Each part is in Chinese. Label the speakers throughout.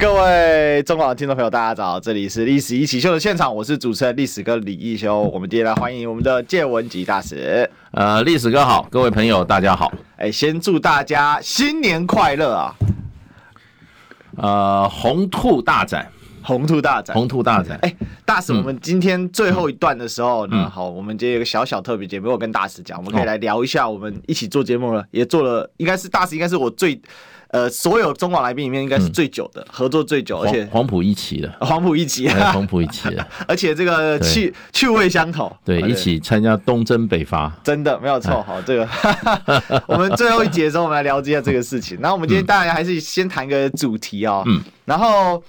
Speaker 1: 各位中广的听众朋友，大家早，这里是《历史一起秀》的现场，我是主持人历史哥李义修。我们今天来欢迎我们的见闻集大使。
Speaker 2: 呃，历史哥好，各位朋友大家好。
Speaker 1: 哎，先祝大家新年快乐啊！
Speaker 2: 呃，红兔大展，
Speaker 1: 红兔大展，
Speaker 2: 红兔大展。
Speaker 1: 哎，大
Speaker 2: 嗯
Speaker 1: 使，我们今天最后一段的时候呢，好，我们今天有个小小特别节目，我跟大使讲，我们可以来聊一下我们一起做节目了，也做了，应该是大使，应该是我最，呃，所有中广来宾里面应该是最久的，合作最久，而
Speaker 2: 嗯黄
Speaker 1: 且
Speaker 2: 黄埔一起的，
Speaker 1: 黄埔一起，
Speaker 2: 哎黄埔一起的，
Speaker 1: 而且这个
Speaker 2: 对
Speaker 1: 趣趣味相投，
Speaker 2: 对，一起参加东征北伐。
Speaker 1: 真的没有
Speaker 2: 哎
Speaker 1: 错，好，这个 我们最后一节的时候，我们来聊一下这个事情。然后我们今天当然还是先谈个主题哦，
Speaker 2: 嗯，
Speaker 1: 然后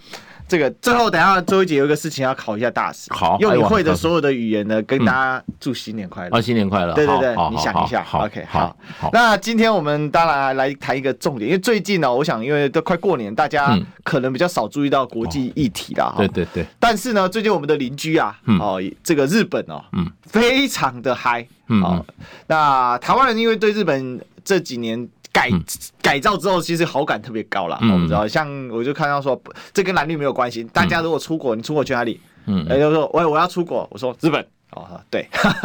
Speaker 1: 这个最后等一下最后一节有一个事情要考一下大使，
Speaker 2: 好
Speaker 1: 用你会
Speaker 2: 哎
Speaker 1: 的
Speaker 2: 哇
Speaker 1: 所有的语言呢，跟大家祝新年快
Speaker 2: 啊，
Speaker 1: 乐。
Speaker 2: 新年快乐！
Speaker 1: 对对
Speaker 2: 好
Speaker 1: 对
Speaker 2: 好，
Speaker 1: 你
Speaker 2: 好
Speaker 1: 想一下
Speaker 2: 好
Speaker 1: ，OK，
Speaker 2: 好
Speaker 1: 好，
Speaker 2: 好。
Speaker 1: 那今天我们当然来谈一个重点，因为最近呢，我想因为都快过年，大家
Speaker 2: 嗯哦
Speaker 1: 可能比较少注意到国际议题了哈。
Speaker 2: 对对对，
Speaker 1: 但是呢，最近我们的邻居啊，哦，这个日本哦，
Speaker 2: 嗯
Speaker 1: 非常的嗨，
Speaker 2: 嗯
Speaker 1: 哦，那台湾人因为对日本这几年。改改造之后，其实好感特别高啦。哦
Speaker 2: 嗯
Speaker 1: 我们知道，像我就看到说，不这跟蓝绿没有关系。大家如果出国，你出国去哪里？
Speaker 2: 嗯
Speaker 1: 人哎就说，喂，我要出国，我说日本。哦，对，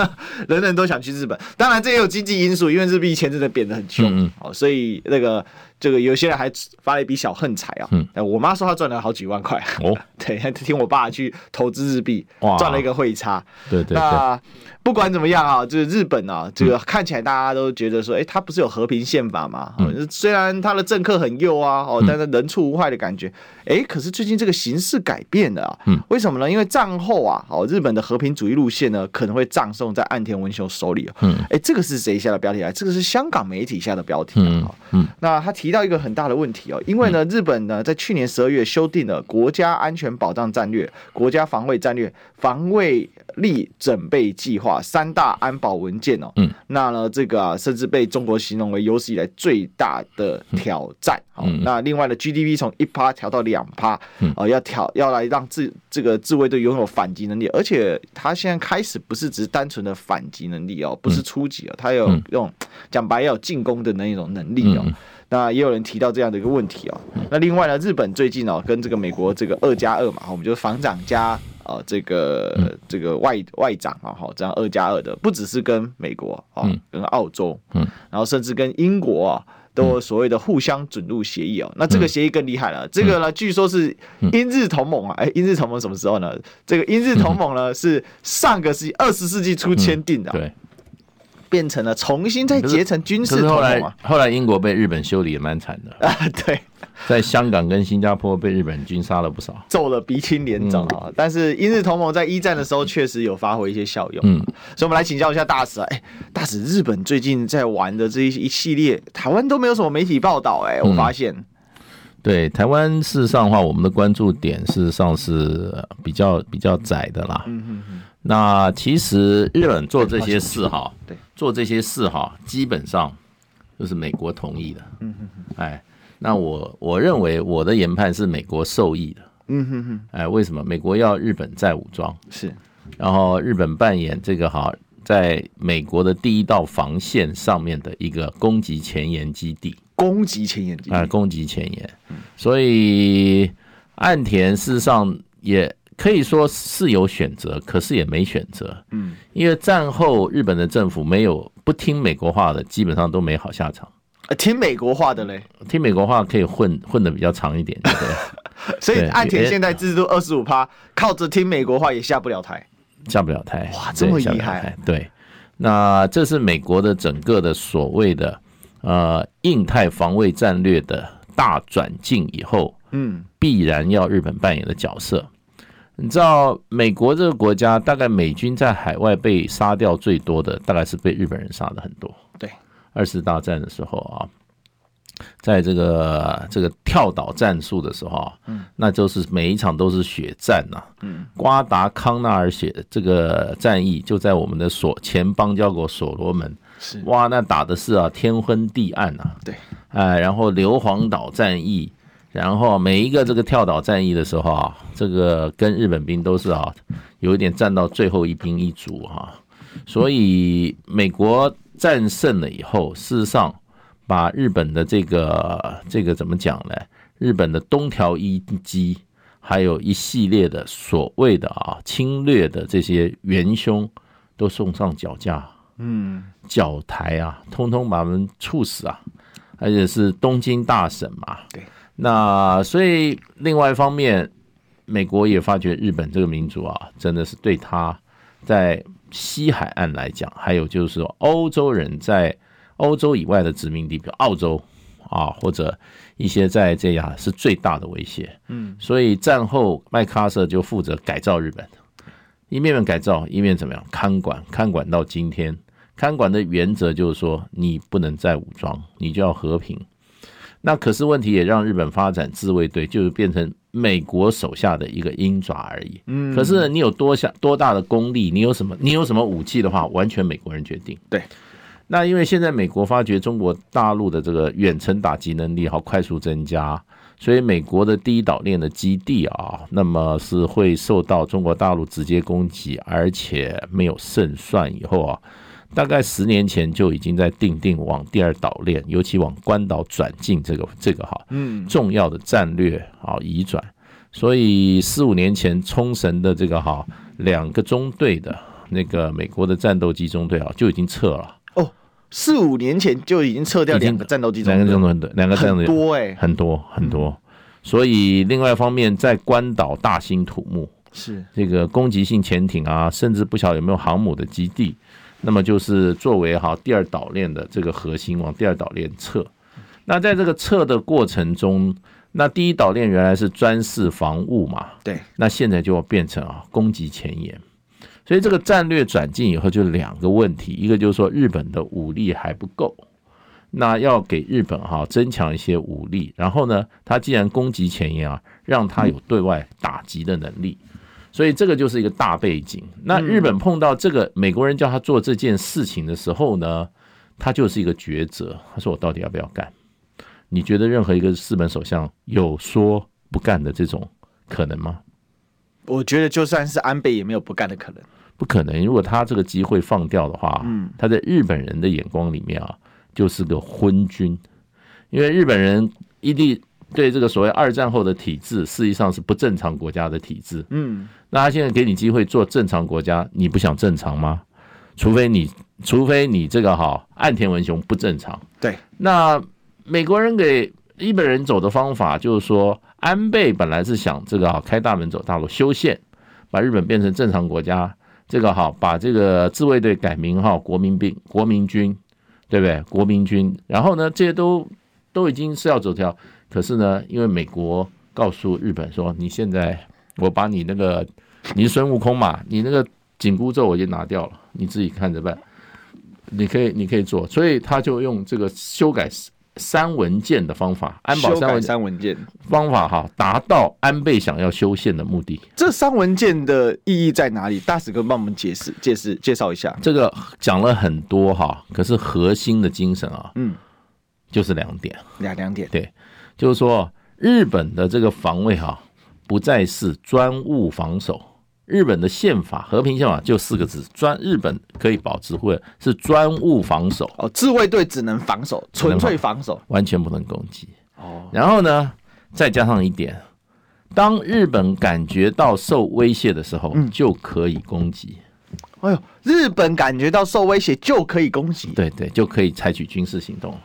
Speaker 1: 人人都想去日本。当然，这也有经济因素，因为日币前真的贬得很凶。
Speaker 2: 嗯嗯
Speaker 1: 哦，所以那个这个有些人还发了一笔小横财啊。
Speaker 2: 嗯
Speaker 1: 嗯，我妈说她赚了好几万块。
Speaker 2: 哦，
Speaker 1: 对，听我爸去投资日币
Speaker 2: 哇，
Speaker 1: 赚了一个汇差。
Speaker 2: 对对嗯对，
Speaker 1: 那不管怎么样啊，就是日本啊，这个看起来大家都觉得说，哎、它不是有和平宪法嘛？哦
Speaker 2: 嗯
Speaker 1: 虽然它的政客很右啊，哦，但是人畜无害的感觉。哎、可是最近这个形势改变了啊，
Speaker 2: 嗯
Speaker 1: 为什么呢？因为战后啊，哦，日本的和平主义路线呢，可能会葬送在岸田文雄手里、哦。
Speaker 2: 嗯
Speaker 1: 哎、这个是谁下的标题啊？这个是香港媒体下的标题啊。
Speaker 2: 嗯
Speaker 1: 哦
Speaker 2: 嗯
Speaker 1: 那他提到一个很大的问题哦，因为呢，日本呢在去年十二月修订了《国家安全保障战略》《国家防卫战略》《防卫力准备计划》三大安保文件哦。
Speaker 2: 嗯，
Speaker 1: 那呢，这个、啊、甚至被中国形容为有史以来最大的挑战。好、
Speaker 2: 嗯
Speaker 1: 那另外呢，GDP 从一趴调到两趴，
Speaker 2: 嗯
Speaker 1: 哦，要调要来让自这个自卫队拥有反击能力，而且他现在开始不是只是单纯的反击能力哦，不
Speaker 2: 嗯
Speaker 1: 是初级哦，他有那种讲白要有进攻的那种能力哦。
Speaker 2: 嗯
Speaker 1: 那也有人提到这样的一个问题哦。那另外呢，日本最近哦跟这个美国这个二加二嘛，我们就是防长加呃这
Speaker 2: 嗯
Speaker 1: 个这个外外长啊，哈，这样二加二的，不只是跟美国哦
Speaker 2: 嗯，
Speaker 1: 跟澳洲，
Speaker 2: 嗯，
Speaker 1: 然后甚至跟英国啊。都有所谓的互相准入协议哦，
Speaker 2: 嗯
Speaker 1: 那这个协议更厉害了。这个呢，据说是英日同盟啊，哎，英日同盟什么时候呢？这个英日同盟呢是上个世纪二十世纪初签订的哦，
Speaker 2: 嗯对。嗯
Speaker 1: 变成了重新再
Speaker 2: 可是
Speaker 1: 结成军
Speaker 2: 可
Speaker 1: 事
Speaker 2: 是
Speaker 1: 同
Speaker 2: 后
Speaker 1: 盟
Speaker 2: 来
Speaker 1: 啊，
Speaker 2: 后来英国被日本修理也蛮惨的，
Speaker 1: 啊， 对。
Speaker 2: 在香港跟新加坡被日本军杀了不少。
Speaker 1: 皱了鼻青脸肿
Speaker 2: 嗯
Speaker 1: 啊。但是英日同盟在一战的时候确实有发挥一些效用，
Speaker 2: 嗯，
Speaker 1: 所以我们来请教一下大使啊，哎、大使，日本最近在玩的这一一系列，台湾都没有什么媒体报道、哎，
Speaker 2: 嗯
Speaker 1: 我发现，
Speaker 2: 对台湾，事实上的话，我们的关注点事实上是呃比较比较窄的啦。嗯嗯嗯。那其实日本做这些事哈，
Speaker 1: 对，
Speaker 2: 做这些事哈，基本上就是美国同意的。嗯嗯哎，那我我认为我的研判是美国受益的。
Speaker 1: 嗯哼哼，
Speaker 2: 哎，为什么美国要日本再武装，
Speaker 1: 是，
Speaker 2: 然后日本扮演这个哈，在美国的第一道防线上面的一个攻击前沿基地？
Speaker 1: 攻击前眼睛，
Speaker 2: 啊、攻击前沿。所以岸田事实上也可以说是有选择，可是也没选择。
Speaker 1: 嗯，
Speaker 2: 因为战后日本的政府没有不听美国话的，基本上都没好下场。
Speaker 1: 呃听美国话的嘞，
Speaker 2: 听美国话可以混混的比较长一点，对不对？
Speaker 1: 所以
Speaker 2: 对
Speaker 1: 岸田
Speaker 2: 也
Speaker 1: 现在支持度二十五趴，靠着听美国话也下不了台，
Speaker 2: 下不了台。
Speaker 1: 哇
Speaker 2: 对
Speaker 1: 这么厉
Speaker 2: 下不了
Speaker 1: 害
Speaker 2: 台对，那这是美国的整个的所谓的呃印太防卫战略的大转进以后，
Speaker 1: 嗯，
Speaker 2: 必然要日本扮演的角色。你知道美国这个国家，大概美军在海外被杀掉最多的，大概是被日本人杀的很多。
Speaker 1: 对，
Speaker 2: 二次大战的时候啊，在这个这个跳岛战术的时候啊，
Speaker 1: 嗯
Speaker 2: 那就是每一场都是血战呐、嗯，瓜达康纳尔血这个战役就在我们的所前邦交国所罗门
Speaker 1: 是
Speaker 2: 哇，那打的是啊天昏地暗啊，
Speaker 1: 对，
Speaker 2: 哎，然后硫磺岛战役，然后每一个这个跳岛战役的时候啊，这个跟日本兵都是啊，有一点战到最后一兵一卒哈、所以美国战胜了以后，事实上把日本的这个这个怎么讲呢？日本的东条一击，还有一系列的所谓的啊侵略的这些元凶，都送上绞架。
Speaker 1: 嗯，
Speaker 2: 脚台啊，通通把我们处死啊，而且是东京大审嘛。
Speaker 1: 对，
Speaker 2: 那所以另外一方面，美国也发觉日本这个民族啊，真的是对他在西海岸来讲，还有就是说欧洲人在欧洲以外的殖民地，比如澳洲啊，或者一些在这样是最大的威胁。嗯，所以战后麦克阿瑟就负责改造日本。一面改造，一面怎么样看管？看管到今天，看管的原则就是说，你不能再武装，你就要和平。那可是问题也让日本发展自卫队，就是变成美国手下的一个鹰爪而已。嗯，可是你有多下多大的功力，你有什么你有什么武器的话，完全美国人决定。
Speaker 1: 对。
Speaker 2: 那因为现在美国发觉中国大陆的这个远程打击能力好快速增加，所以美国的第一岛链的基地啊，那么是会受到中国大陆直接攻击，而且没有胜算以后啊，大概十年前就已经在定定往第二岛链，尤其往关岛转进这个这个哈，嗯，重要的战略啊移转。所以四五年前冲绳的这个哈两个中队的那个美国的战斗机中队啊就已经撤了，
Speaker 1: 哦，四五年前就已经撤掉
Speaker 2: 已经
Speaker 1: 两个战斗机中
Speaker 2: 两
Speaker 1: 队，
Speaker 2: 个中队两个战斗
Speaker 1: 很
Speaker 2: 机
Speaker 1: 多哎，
Speaker 2: 很多很多。所以另外一方面，在关岛大兴土木，
Speaker 1: 是
Speaker 2: 这个攻击性潜艇啊，甚至不晓得有没有航母的基地，那么就是作为哈第二岛链的这个核心往第二岛链撤。那在这个撤的过程中，那第一岛链原来是专事防务嘛，
Speaker 1: 对，
Speaker 2: 那现在就要变成啊攻击前沿。所以这个战略转进以后，就两个问题，一个就是说日本的武力还不够，那要给日本哈、增强一些武力。然后呢，他既然攻击前沿啊，让他有对外打击的能力。所以这个就是一个大背景。那日本碰到这个美国人叫他做这件事情的时候呢，他就是一个抉择。他说：“我到底要不要干？”你觉得任何一个日本首相有说不干的这种可能吗？
Speaker 1: 我觉得就算是安倍也没有不干的可能。
Speaker 2: 不可能。如果他这个机会放掉的话，他在日本人的眼光里面啊，就是个昏君，因为日本人一定对这个所谓二战后的体制，实际上是不正常国家的体制。
Speaker 1: 嗯，
Speaker 2: 那他现在给你机会做正常国家，你不想正常吗？除非你，除非你这个哈岸田文雄不正常。
Speaker 1: 对，
Speaker 2: 那美国人给日本人走的方法，就是说安倍本来是想这个哈开大门走大路，修宪，把日本变成正常国家。这个哈，把这个自卫队改名哈国民兵、国民军，对不对？国民军。然后呢，这些都都已经是要走掉，可是呢，因为美国告诉日本说，你现在我把你那个你是孙悟空嘛，你那个紧箍咒我已经拿掉了，你自己看着办。你可以，你可以做，所以他就用这个修改三文件的方法，安保
Speaker 1: 修
Speaker 2: 三
Speaker 1: 改
Speaker 2: 文件
Speaker 1: 三文件，
Speaker 2: 方法哈，达到安倍想要修宪的目的。
Speaker 1: 这三文件的意义在哪里？大使哥帮我们解释、解释、介绍一下。
Speaker 2: 这个讲了很多哈，可是核心的精神啊，
Speaker 1: 嗯，
Speaker 2: 就是两点，
Speaker 1: 两两点，
Speaker 2: 就是说日本的这个防卫哈、不再是专务防守。日本的宪法和平宪法就四个字，专日本可以保持会是专务防守，
Speaker 1: 哦，自卫队只能防守，
Speaker 2: 只能
Speaker 1: 纯
Speaker 2: 防
Speaker 1: 粹防守。
Speaker 2: 完全不能攻击。
Speaker 1: 哦，
Speaker 2: 然后呢，再加上一点，当日本感觉到受威胁的时
Speaker 1: 嗯
Speaker 2: 候，就可以攻击。
Speaker 1: 哎呦，日本感觉到受威胁就可以攻击，
Speaker 2: 对对，就可以采取军事行动，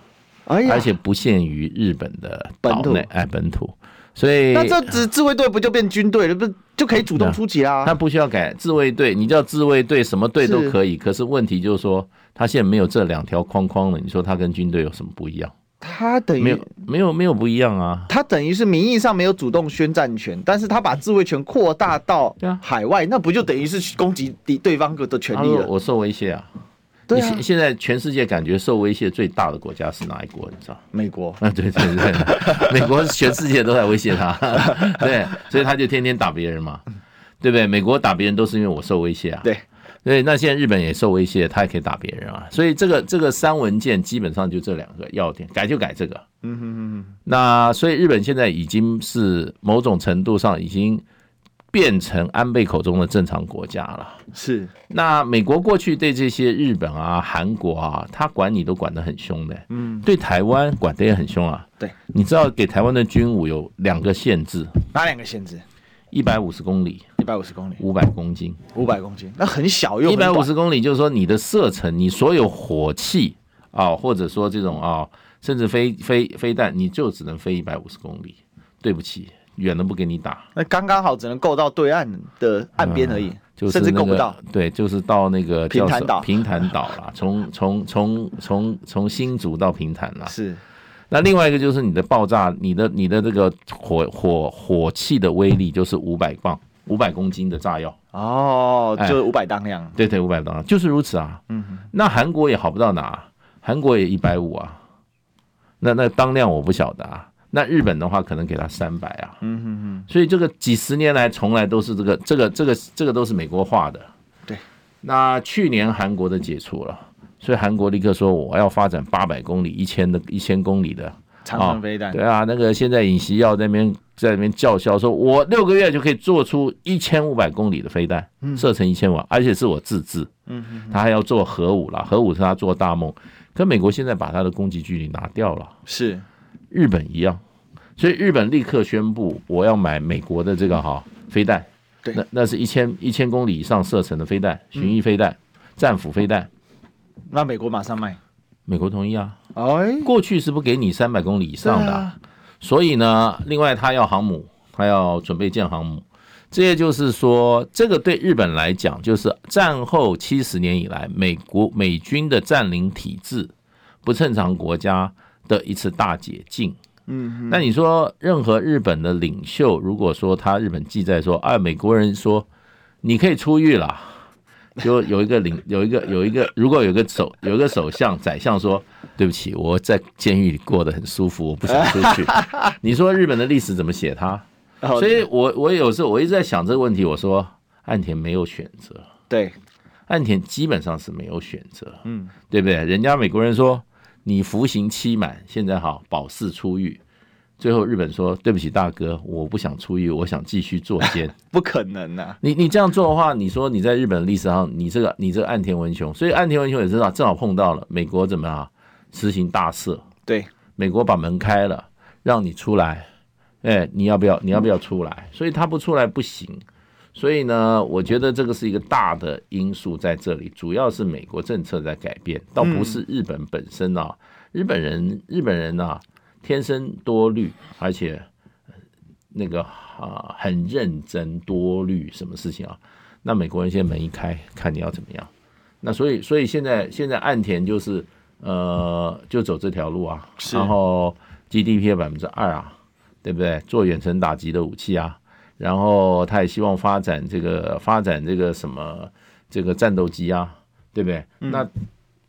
Speaker 1: 哎呀，
Speaker 2: 而且不限于日本的岛
Speaker 1: 本土
Speaker 2: 内哎本土，所以
Speaker 1: 那这自自卫队不就变军队了？不就可以主动出击啦
Speaker 2: 他？不需要改自卫队，你叫自卫队什么队都
Speaker 1: 是
Speaker 2: 可以。可是问题就是说，他现在没有这两条框框了，你说他跟军队有什么不一样？
Speaker 1: 他等
Speaker 2: 没
Speaker 1: 于
Speaker 2: 有没有没有不一样啊。
Speaker 1: 他等于是名义上没有主动宣战权，但是他把自卫权扩大到
Speaker 2: 对啊
Speaker 1: 海外，那不就等于是攻击敌对方的权
Speaker 2: 他
Speaker 1: 利
Speaker 2: 说
Speaker 1: 了？
Speaker 2: 我受威胁啊。
Speaker 1: 对
Speaker 2: 你
Speaker 1: 啊
Speaker 2: 现，现在全世界感觉受威胁最大的国家是哪一国？你知道？
Speaker 1: 美国
Speaker 2: 啊，对对对，美国全世界都在威胁 他，对，所以他就天天打别人嘛，对不对？美国打别人都是因为我受威胁啊，
Speaker 1: 对，
Speaker 2: 对，那现在日本也受威胁，他也可以打别人啊。所以这个这个三文件基本上就这两个要点，改就改这个。
Speaker 1: 嗯哼哼哼，
Speaker 2: 那所以日本现在已经是某种程度上已经变成安倍口中的正常国家了。
Speaker 1: 是
Speaker 2: 那美国过去对这些日本啊、韩国啊，他管你都管得很凶的，嗯，对台湾管得也很凶啊。
Speaker 1: 对，
Speaker 2: 你知道给台湾的军武有两个限制：
Speaker 1: 哪两个限制？
Speaker 2: 一百五十公里、
Speaker 1: 一百五十公里，
Speaker 2: 五百公斤。
Speaker 1: 五百公斤，那很小又
Speaker 2: 一
Speaker 1: 很
Speaker 2: 百
Speaker 1: 短
Speaker 2: 五十公里就是说你的射程，你所有火器啊，或者说这种啊，甚至飞飞飞弹，你就只能飞一百五十公里。对不起，远的不给你打。
Speaker 1: 那刚刚好只能够到对岸的岸边而已，
Speaker 2: 啊就是、
Speaker 1: 甚至够不到。。
Speaker 2: 对，就是到那个
Speaker 1: 平
Speaker 2: 叫
Speaker 1: 潭
Speaker 2: 什么
Speaker 1: 岛
Speaker 2: 平潭岛啦，从从从从从新竹到平潭啦。
Speaker 1: 是
Speaker 2: 那另外一个就是你的爆炸，你的你的这个火火火器的威力就是五百磅、五百公斤的炸药。
Speaker 1: 哦，
Speaker 2: 哎
Speaker 1: 就五百当量，
Speaker 2: 对对，五百磅就是如此啊。
Speaker 1: 嗯，
Speaker 2: 那韩国也好不到哪，啊韩国也一百五啊。那那当量我不晓得啊。那日本的话，可能给他三百啊。
Speaker 1: 嗯哼哼，
Speaker 2: 所以这个几十年来从来都是这个这个这个这个都是美国画的。
Speaker 1: 对，
Speaker 2: 那去年韩国的解除了，所以韩国立刻说我要发展八百公里、一千的一千公里的。
Speaker 1: 长城飞弹，
Speaker 2: 对啊，那个现在尹锡耀在那边在那边叫嚣说，我六个月就可以做出一千五百公里的飞弹，射程一千瓦，而且是我自制。
Speaker 1: 嗯哼，
Speaker 2: 他还要做核武啦，核武是他做大梦。可美国现在把他的攻击距离拿掉了，
Speaker 1: 是
Speaker 2: 日本一样，所以日本立刻宣布我要买美国的这个哈飞弹，
Speaker 1: 对
Speaker 2: 那那是一千一千公里以上射程的飞弹，巡弋飞弹、战斧飞弹，
Speaker 1: 那美国马上卖，
Speaker 2: 美国同意啊。
Speaker 1: 哎，
Speaker 2: 过去是不给你三百公里以上的啊、所以呢，另外他要航母，他要准备建航母，这也就是说，这个对日本来讲，就是战后七十年以来，美国美军的占领体制不正常国家的一次大解禁。
Speaker 1: 嗯，
Speaker 2: 那你说，任何日本的领袖，如果说他日本记载说，啊，美国人说你可以出狱了，就有一个领 有一个有一个，如果有一个首有一个首相宰相说，对不起，我在监狱里过得很舒服，我不想出去。你说日本的历史怎么写他？
Speaker 1: 然后
Speaker 2: 所以我我有时候我一直在想这个问题，我说岸田没有选择，
Speaker 1: 对，
Speaker 2: 岸田基本上是没有选择，
Speaker 1: 嗯，
Speaker 2: 对不对？人家美国人说你服刑期满，现在好保释出狱，最后日本说对不起大哥，我不想出狱，我想继续坐监。
Speaker 1: 不可能啊呐、
Speaker 2: 你你这样做的话，你说你在日本的历史上，你这个你这个岸田文雄，所以岸田文雄也知道，正好碰到了美国怎么啊实行大赦，
Speaker 1: 对，
Speaker 2: 美国把门开了，让你出来，哎，你要不要？你要不要出来？所以他不出来不行。所以呢，我觉得这个是一个大的因素在这里，主要是美国政策在改变，倒不是日本本身啊。日本人，日本人啊，天生多虑，而且呃那个啊很认真多虑什么事情啊。那美国人现在门一开，看你要怎么样。那所以，所以现在现在岸田就是呃，就走这条路啊，
Speaker 1: 是
Speaker 2: 然后 GDP 百分之二啊，对不对？做远程打击的武器啊，然后他也希望发展这个发展这个什么这个战斗机啊，对不对？那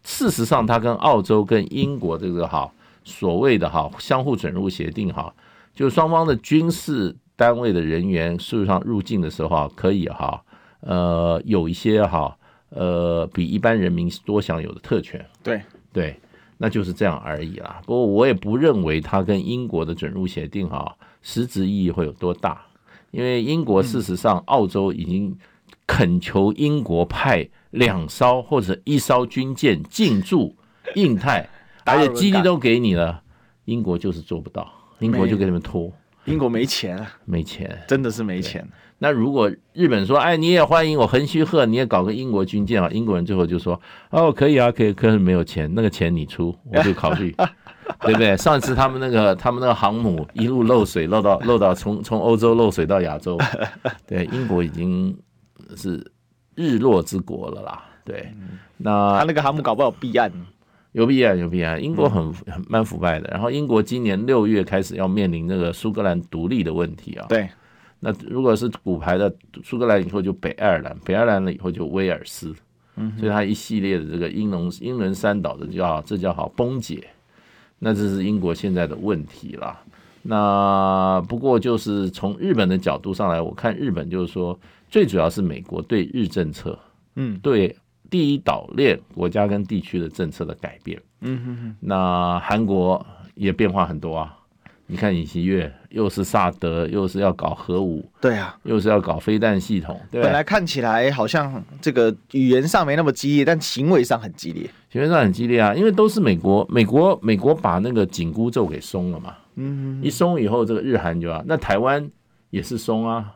Speaker 2: 事实上，他跟澳洲跟英国这个哈所谓的哈相互准入协定哈，就是双方的军事单位的人员事实上入境的时候啊，可以哈呃有一些哈呃比一般人民多享有的特权。
Speaker 1: 对，
Speaker 2: 对，那就是这样而已啦。不过我也不认为它跟英国的准入协定啊，实质意义会有多大，因为英国事实上，澳洲已经恳求英国派两艘或者一艘军舰进驻印太，
Speaker 1: 达
Speaker 2: 而
Speaker 1: 尔文
Speaker 2: 且基地
Speaker 1: 港
Speaker 2: 都给你了，英国就是做不到，英国就给你们拖，
Speaker 1: 英国没钱了，
Speaker 2: 没钱。
Speaker 1: 真的是没钱，
Speaker 2: 那如果日本说，哎，你也欢迎我横须贺，你也搞个英国军舰啊？英国人最后就说，哦，可以啊，可以，可是没有钱，那个钱你出，我就考虑，对不对？上一次他们那个他们那个航母一路漏水，漏到漏到从从欧洲漏水到亚洲，对，英国已经是日落之国了啦，对，
Speaker 1: 他
Speaker 2: 那
Speaker 1: 那个航母搞不好避岸，
Speaker 2: 牛逼啊，牛逼啊！英国很很蛮腐败的，然后英国今年六月开始要面临那个苏格兰独立的问题啊，
Speaker 1: 对，
Speaker 2: 那如果是骨牌的苏格兰以后就北爱尔兰，北爱尔兰了以后就威尔斯，嗯，所以它一系列的这个英伦英伦三岛的叫这叫好崩解，那这是英国现在的问题啦。那不过就是从日本的角度上来，我看日本就是说，最主要是美国对日政策，
Speaker 1: 嗯
Speaker 2: 对第一岛链国家跟地区的政策的改变。
Speaker 1: 嗯哼哼，
Speaker 2: 那韩国也变化很多啊，你看尹锡悦又是萨德，又是要搞核武，
Speaker 1: 对啊。
Speaker 2: 又是要搞飞弹系统，对
Speaker 1: 本
Speaker 2: 不对
Speaker 1: 来？看起来好像这个语言上没那么激烈，但行为上很激烈。
Speaker 2: 行为上很激烈啊，因为都是美国，美国美国把那个紧箍咒给松了嘛，
Speaker 1: 嗯，
Speaker 2: 一松以后，这个日韩就啊，那台湾也是松啊，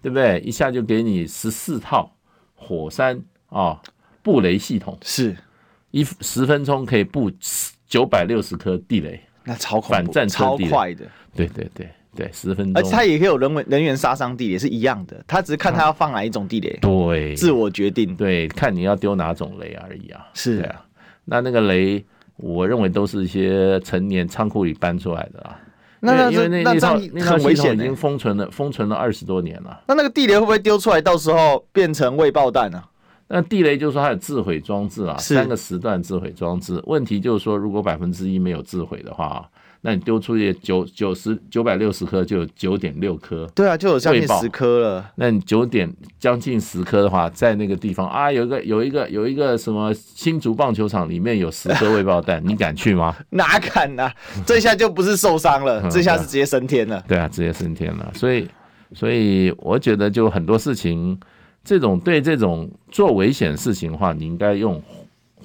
Speaker 2: 对不对？一下就给你十四套火山啊布雷系统，
Speaker 1: 是，
Speaker 2: 一十分钟可以布九百六十颗地雷，
Speaker 1: 那超恐怖，
Speaker 2: 反战车
Speaker 1: 超
Speaker 2: 地雷
Speaker 1: 快的，
Speaker 2: 对对对对，十分
Speaker 1: 而
Speaker 2: 钟
Speaker 1: 且，它也可以有人文人员杀伤地雷是一样的，他只是看他要放哪一种地雷，
Speaker 2: 对
Speaker 1: 自我决定。
Speaker 2: 对，看你要丢哪种雷而已啊。
Speaker 1: 是
Speaker 2: 对啊，那那个雷，我认为都是一些成年仓库里搬出来的啊。
Speaker 1: 那那
Speaker 2: 因为
Speaker 1: 这
Speaker 2: 因为那
Speaker 1: 那
Speaker 2: 那
Speaker 1: 这
Speaker 2: 套
Speaker 1: 样
Speaker 2: 那套
Speaker 1: 很
Speaker 2: 系
Speaker 1: 危
Speaker 2: 统
Speaker 1: 险欸
Speaker 2: 已
Speaker 1: 的
Speaker 2: 经。封存了，封存了二十多年了。
Speaker 1: 那那个地雷会不会丢出来，到时候变成未爆弹啊呢？
Speaker 2: 那地雷就是它有自毁装置啊，
Speaker 1: 是
Speaker 2: 三个时段自毁装置。问题就是说，如果百分之一没有自毁的话，那你丢出去九九十九百六十颗，就有九点六颗。
Speaker 1: 对啊，就有将近
Speaker 2: 未爆
Speaker 1: 十颗了。
Speaker 2: 那你九点将近十颗的话，在那个地方啊，有一个有一个有一个什么新竹棒球场里面有十颗未爆弹，你敢去吗？
Speaker 1: 哪敢啊！这下就不是受伤了，这下是直接升天了。
Speaker 2: 对啊，直接升天了。所以，所以我觉得就很多事情，这种对这种做危险事情的话，你应该用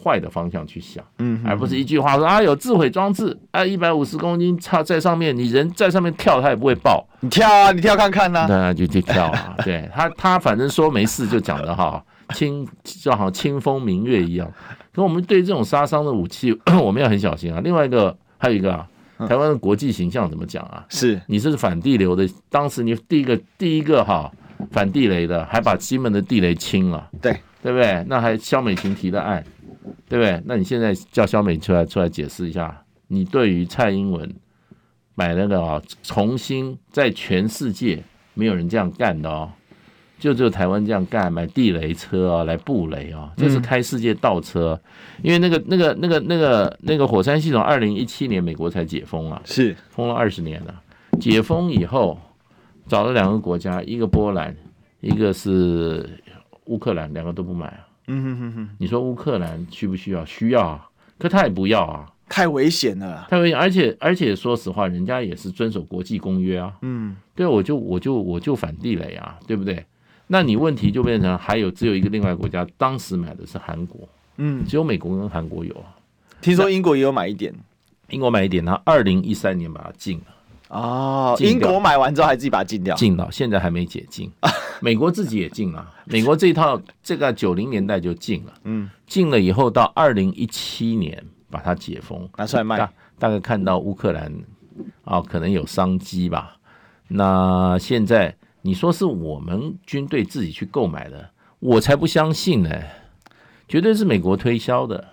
Speaker 2: 坏的方向去想，
Speaker 1: 嗯，
Speaker 2: 而不是一句话说啊有自毁装置啊，一百五十公斤差在上面，你人在上面跳它也不会爆，
Speaker 1: 你跳啊，你跳看看呐、
Speaker 2: 那就去跳啊。对他，他反正说没事就讲的哈。清就好像清风明月一样，可我们对这种杀伤的武器， 我们要很小心啊。另外一个，还有一个啊，
Speaker 1: 嗯
Speaker 2: 台湾的国际形象怎么讲啊？
Speaker 1: 是
Speaker 2: 你是反地流的，当时你第一个第一个哈反地雷的，还把西门的地雷清了，
Speaker 1: 对
Speaker 2: 对不对？那还肖美琴提的案，对不对？那你现在叫肖美出来出来解释一下，你对于蔡英文买那个啊，重新在全世界没有人这样干的哦，就只有台湾这样干，买地雷车啊，来布雷啊，这是开世界倒车，因为那个那个那个那个那个火山系统，二零一七年美国才解封啊。
Speaker 1: 是，
Speaker 2: 封了二十年了。解封以后，找了两个国家，一个波兰，一个是乌克兰，两个都不买啊。
Speaker 1: 嗯哼哼哼，
Speaker 2: 你说乌克兰需不需要？需要啊，可他也不要啊。
Speaker 1: 太危险了啦。
Speaker 2: 他会，而且而且说实话，人家也是遵守国际公约啊。
Speaker 1: 嗯，
Speaker 2: 对，我就我就我就反地雷啊，对不对？那你问题就变成还有只有一个另外国家，当时买的是韩国，
Speaker 1: 嗯，
Speaker 2: 只有美国跟韩国有啊。
Speaker 1: 听说英国也有买一点
Speaker 2: 英国买一点，他二零一三年把它禁了。
Speaker 1: 哦，
Speaker 2: 禁
Speaker 1: 英
Speaker 2: 掉
Speaker 1: 国买完之后还自己把它禁掉。
Speaker 2: 禁了，现在还没解禁。美国自己也 禁了，美国这一套这个九零年代就禁了，
Speaker 1: 嗯，
Speaker 2: 禁了以后到二零一七年把它解封，
Speaker 1: 拿出来卖
Speaker 2: 大大概看到乌克兰啊、可能有商机吧。那现在你说是我们军队自己去购买的，我才不相信呢、绝对是美国推销的，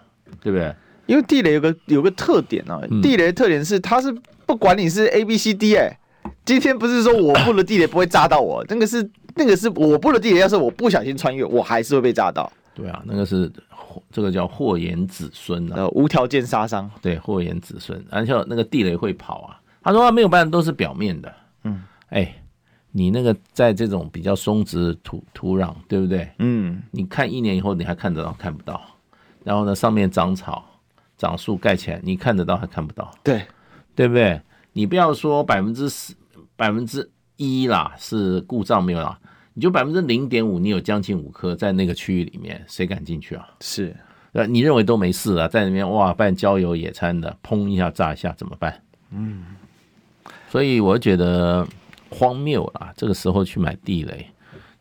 Speaker 2: 对不对？
Speaker 1: 因为地雷有个有个特点啊，地雷的特点是它是不管你是 A B C D 哎、今天不是说我布的地雷不会炸到我，那个是那个是我布的地雷，要是我不小心穿越，我还是会被炸到，
Speaker 2: 对啊，那个是这个叫祸延子孙啊。
Speaker 1: 呃，无条件杀伤。
Speaker 2: 对，祸延子孙，而且那个地雷会跑啊。他说、啊、没有办法，都是表面的。
Speaker 1: 嗯，
Speaker 2: 哎，你那个在这种比较松弛的土土壤，对不对？
Speaker 1: 嗯，
Speaker 2: 你看一年以后你还看得到看不到，然后呢上面长草长树盖起来，你看得到还看不到，
Speaker 1: 对，
Speaker 2: 对不对？你不要说百分之十、百分之一啦是故障没有啦，你就百分之零点五，你有将近五颗在那个区域里面，谁敢进去啊？
Speaker 1: 是
Speaker 2: 呃，你认为都没事了，在那边哇办郊游野餐的，砰一下炸一下怎么办？嗯，所以我觉得荒谬啦，这个时候去买地雷，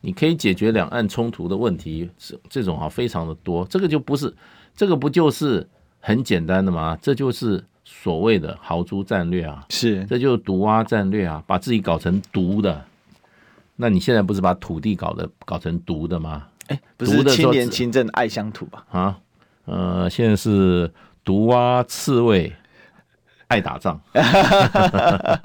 Speaker 2: 你可以解决两岸冲突的问题，这这种啊非常的多，这个就不是，这个不就是很简单的吗？这就是所谓的豪猪战略啊，
Speaker 1: 是，
Speaker 2: 这就是毒蛙战略啊，把自己搞成毒的。那你现在不是把土地搞得搞成毒的吗？
Speaker 1: 不
Speaker 2: 毒
Speaker 1: 是
Speaker 2: 的时
Speaker 1: 青
Speaker 2: 候
Speaker 1: 年
Speaker 2: 只
Speaker 1: 勤政爱乡土吧？
Speaker 2: 啊，呃，现在是毒蛙、刺猬，爱打仗，
Speaker 1: 哎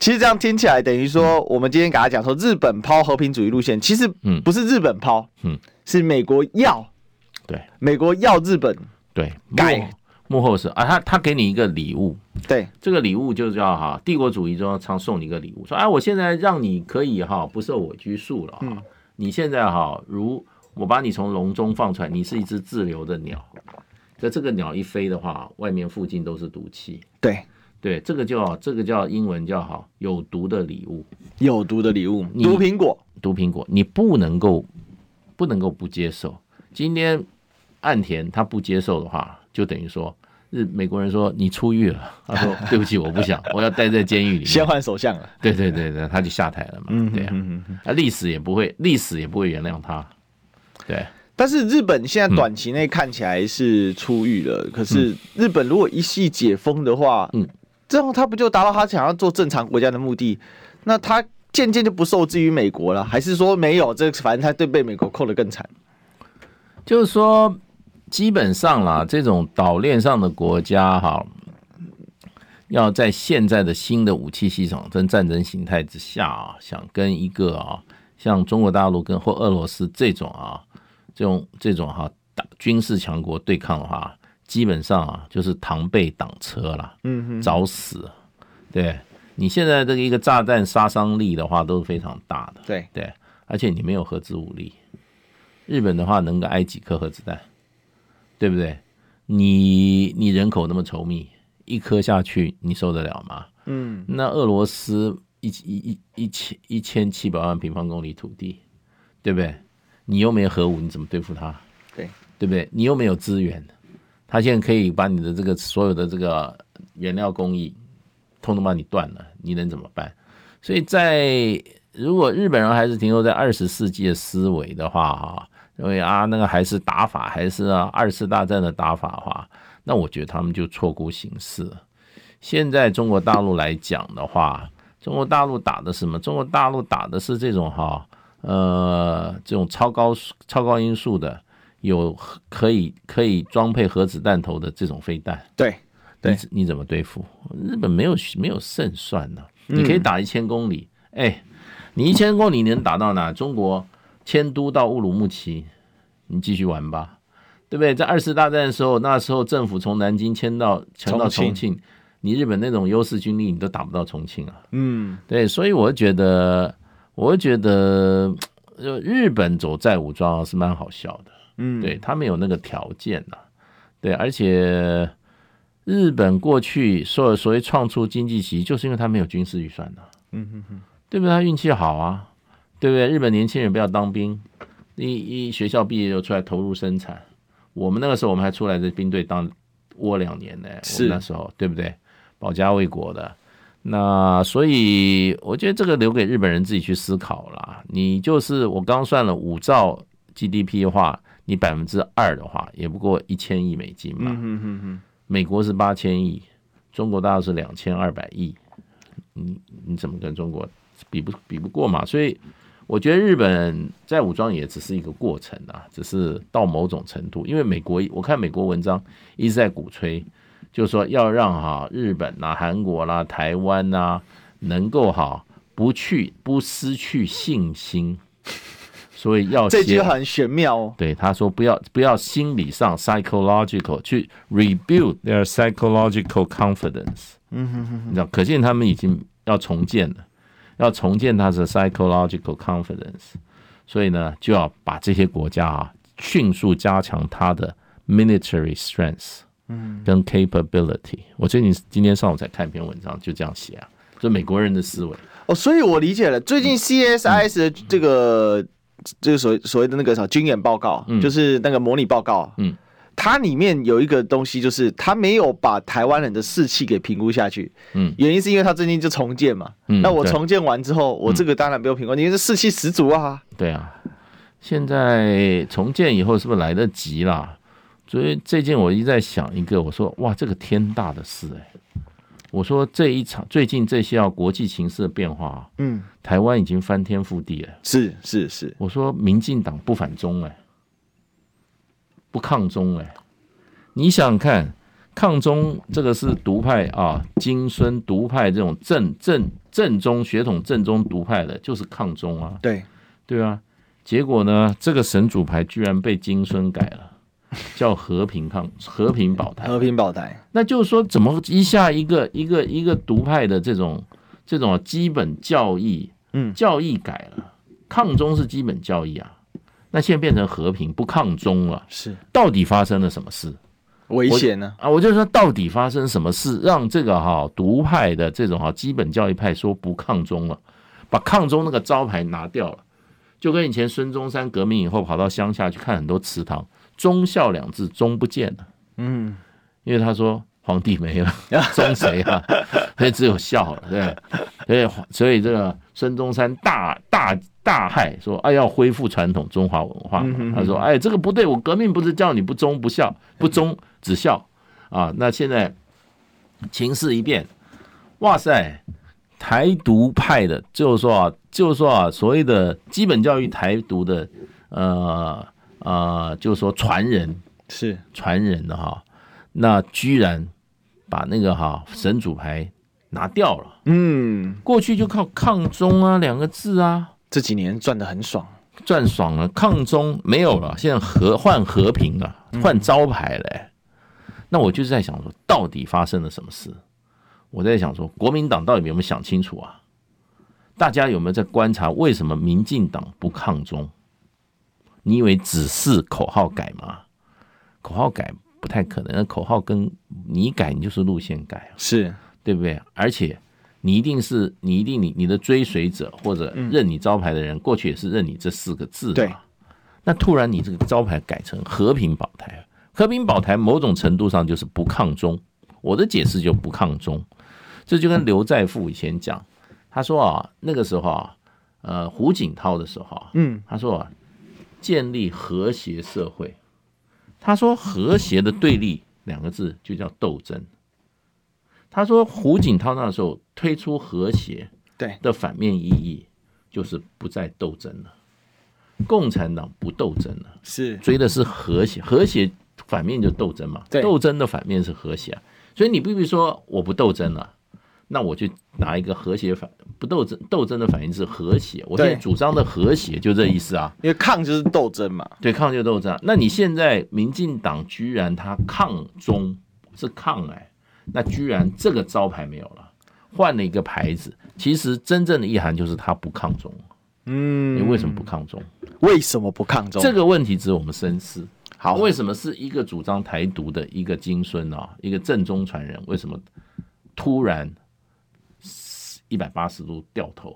Speaker 1: 其实这样听起来，等于说我们今天给他讲说日本抛和平主义路线，其实
Speaker 2: 嗯
Speaker 1: 不是日本抛，
Speaker 2: 嗯，
Speaker 1: 是美国要，
Speaker 2: 对
Speaker 1: 美国要日本，
Speaker 2: 对，幕
Speaker 1: 改
Speaker 2: 后幕后是啊，他他给你一个礼物，
Speaker 1: 对，
Speaker 2: 这个礼物就叫哈、啊
Speaker 1: 嗯
Speaker 2: 帝国主义中常送你一个礼物，说哎，我现在让你可以哈、不受我拘束了哈、你现在哈，如我把你从笼中放出来，你是一只自由的鸟，那这个鸟一飞的话，外面附近都是毒气。
Speaker 1: 对，
Speaker 2: 对，这个叫这个叫英文叫好有毒的礼物，
Speaker 1: 有毒的礼物，
Speaker 2: 你嗯
Speaker 1: 毒苹果，
Speaker 2: 毒苹果，你不能够不能够不接受。今天岸田他不接受的话，就等于说日美国人说你出狱了，他说对不起，我不想，我要待在监狱里
Speaker 1: 先
Speaker 2: 面。
Speaker 1: 换首相了。
Speaker 2: 对对对对，他就下台了嘛。对
Speaker 1: 嗯
Speaker 2: 啊，啊历史也不会，历史也不会原谅他。对，
Speaker 1: 但是日本现在短期内看起来是出狱了，可是日本如果一系解封的话，
Speaker 2: 嗯，
Speaker 1: 这样他不就达到他想要做正常国家的目的？那他渐渐就不受制于美国了，还是说没有？这反正他对被美国扣得更惨。
Speaker 2: 就是说基本上啦，这种岛链上的国家哈，要在现在的新的武器系统跟战争形态之下啊，想跟一个啊，像中国大陆跟或俄罗斯这种啊，这种这种哈、打军事强国对抗的话，基本上啊就是螳臂挡车啦，
Speaker 1: 嗯哼，
Speaker 2: 找死。对你现在这个一个炸弹杀伤力的话都是非常大的，
Speaker 1: 对，
Speaker 2: 对，而且你没有核子武力。日本的话能够挨几颗核子弹，对不对？你你人口那么稠密，一颗下去你受得了吗？
Speaker 1: 嗯，
Speaker 2: 那俄罗斯一一一一千一千七百万平方公里土地，对不对？你又没有核武，你怎么对付他？
Speaker 1: 对，
Speaker 2: 对不对？你又没有资源，他现在可以把你的这个所有的这个原料工艺，通通把你断了，你能怎么办？所以在如果日本人还是停留在二十世纪的思维的话，哈，认为啊那个还是打法，还是啊二次大战的打法的话，那我觉得他们就错估形势了。现在中国大陆来讲的话，中国大陆打的是什么？中国大陆打的是这种哈，呃，这种超高速超高音速的，有可以可以装配核子弹头的这种飞弹，
Speaker 1: 对，对
Speaker 2: 你怎你怎么对付？日本没有没有胜算呢、
Speaker 1: 嗯
Speaker 2: 你可以打一千公里，哎，你一千公里你能打到哪？中国迁都到乌鲁木齐，你继续玩吧，对不对？在二次大战的时候，那时候政府从南京迁到迁到重
Speaker 1: 重庆
Speaker 2: 庆，你日本那种优势军力你都打不到重庆啊。
Speaker 1: 嗯，
Speaker 2: 对，所以我觉得，我觉得，呃，日本走在武装是蛮好笑的。
Speaker 1: 嗯
Speaker 2: 对他们有那个条件呐、对，而且日本过去所所谓创出经济奇迹，就是因为他没有军事预算呐、
Speaker 1: 嗯哼哼，
Speaker 2: 对不对？他运气好啊，对不对？日本年轻人不要当兵，一一学校毕业就出来投入生产。我们那个时候，我们还出来在兵队当窝两年呢、我
Speaker 1: 是
Speaker 2: 们那时候对不对？保家卫国的。那所以我觉得这个留给日本人自己去思考啦。你就是我刚算了五兆 GDP 的话，你百分之二的话，也不过一千亿美金嘛。
Speaker 1: 嗯哼哼哼，
Speaker 2: 美国是八千亿，中国大陆是两千二百亿，你你怎么跟中国比不比不过嘛？所以我觉得日本在武装也只是一个过程啊，只是到某种程度，因为美国我看美国文章一直在鼓吹，就是说要让哈、日本呐、韩国啦、台湾呐、能够哈、不去不失去信心，所以要
Speaker 1: 这
Speaker 2: 先
Speaker 1: 句很玄妙哦。
Speaker 2: 对，他说不要不要心理上 psychological 去 rebuild their psychological confidence。
Speaker 1: 嗯哼哼，
Speaker 2: 你知道，可见他们已经要重建了，要重建他的 psychological confidence，所以呢，就要把这些国家啊，迅速加强他的 military strength，嗯，跟 capability。我最近今天上午才看一篇文章，就这样写啊，就美国人的思维，
Speaker 1: 哦，所以我理解了，最
Speaker 2: 嗯
Speaker 1: 近 CSIS 的这个、这个所谓所谓的那个什么军演报告，就是那个模拟报告，
Speaker 2: 嗯。
Speaker 1: 它里面有一个东西，就是它没有把台湾人的士气给评估下去。
Speaker 2: 嗯
Speaker 1: 原因是因为它最近就重建嘛。
Speaker 2: 嗯
Speaker 1: 那我
Speaker 2: 对嗯
Speaker 1: 重建完之后，我这个当然没有评估，因为是士气十足啊。
Speaker 2: 对啊，现在重建以后是不是来得及啦？所以最近我一直在想一个，我说哇，这个天大的事哎、我说这一场最近这些啊国际形势的变化啊，
Speaker 1: 嗯，
Speaker 2: 台湾已经翻天覆地了。
Speaker 1: 是是是，
Speaker 2: 我说民进党不反中哎、不抗中哎、你想想看，抗中这个是独派啊，金孙独派这种正正正宗血统正宗独派的，就是抗中啊。
Speaker 1: 对，
Speaker 2: 对啊，结果呢，这个神主牌居然被金孙改了，叫和平抗和平保台。
Speaker 1: 和平保台。
Speaker 2: 那就是说，怎么一下一个一个一个独派的这种这种基本教义，
Speaker 1: 嗯
Speaker 2: 教义改了，抗中是基本教义啊，那现在变成和平不抗中了，
Speaker 1: 是
Speaker 2: 到底发生了什么事？
Speaker 1: 危
Speaker 2: 我
Speaker 1: 险呢、
Speaker 2: 啊，我就说到底发生什么事，让这个哈、独派的这种哈、基本教育派说不抗中了，把抗中那个招牌拿掉了，就跟以前孙中山革命以后跑到乡下去看很多祠堂，忠孝两字忠不见了，
Speaker 1: 嗯，
Speaker 2: 因为他说皇帝没 了，忠谁啊？所以只有孝了，对，所以所以这个孙中山大大大骇说，哎，要恢复传统中华文化
Speaker 1: 嗯
Speaker 2: 嘛。他说，哎，这个不对，我革命不是叫你不忠不孝，不忠只孝啊。那现在情势一变，哇塞，台独派的，就是说啊，就是说啊，所谓的基本教育台独的，呃呃，就是说传人，
Speaker 1: 是
Speaker 2: 传人的哈，那居然把那个哈神主牌拿掉了。
Speaker 1: 嗯，
Speaker 2: 过去就靠抗中啊两个字啊
Speaker 1: 这几年赚的很爽，
Speaker 2: 赚爽了，抗中没有了，现在和换和平了，换招牌了、欸那我就是在想说，到底发生了什么事？我在想说，国民党到底有没有想清楚啊？大家有没有在观察为什么民进党不抗中？你以为只是口号改吗？口号改不太可能，那口号跟你改，你就是路线改啊。
Speaker 1: 是
Speaker 2: 对不对？而且你一定是你一定你你的追随者或者认你招牌的人，过去也是认你这四个字嘛。
Speaker 1: 对
Speaker 2: 那突然你这个招牌改成和平保台，和平保台某种程度上就是不抗中。我的解释就不抗中，这就跟刘在富以前讲，他说啊，那个时候啊，呃，胡锦涛的时候啊，
Speaker 1: 嗯，
Speaker 2: 他说啊，建立和谐社会，他说和谐的对立两个字就叫斗争。他说胡锦涛那时候推出和谐，
Speaker 1: 对
Speaker 2: 的反面意义就是不再斗争了，共产党不斗争了，
Speaker 1: 是
Speaker 2: 追的是和谐，和谐反面就斗争嘛，
Speaker 1: 对
Speaker 2: 斗争的反面是和谐啊、所以你必须说我不斗争了。那我就拿一个和谐反不斗争，斗争的反应是和谐。我现在
Speaker 1: 对
Speaker 2: 主张的和谐就这意思啊。
Speaker 1: 因为抗就是斗争嘛，
Speaker 2: 对抗就斗争。啊那你现在民进党居然他抗中是抗哎，那居然这个招牌没有了，换了一个牌子。其实真正的意涵就是他不抗中，啊
Speaker 1: 嗯
Speaker 2: 你为什么不抗中？
Speaker 1: 为什么不抗中？
Speaker 2: 这个问题值得我们深思。
Speaker 1: 好，
Speaker 2: 为什么是一个主张台独的一个金孙啊，一个正宗传人，为什么突然一百八十度掉头？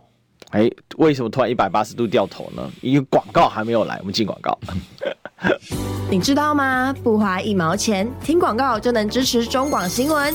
Speaker 1: 哎，为什么突然一百八十度掉头呢？因为广告还没有来，我们进广告。
Speaker 3: 你知道吗？不花一毛钱，听广告就能支持中广新闻。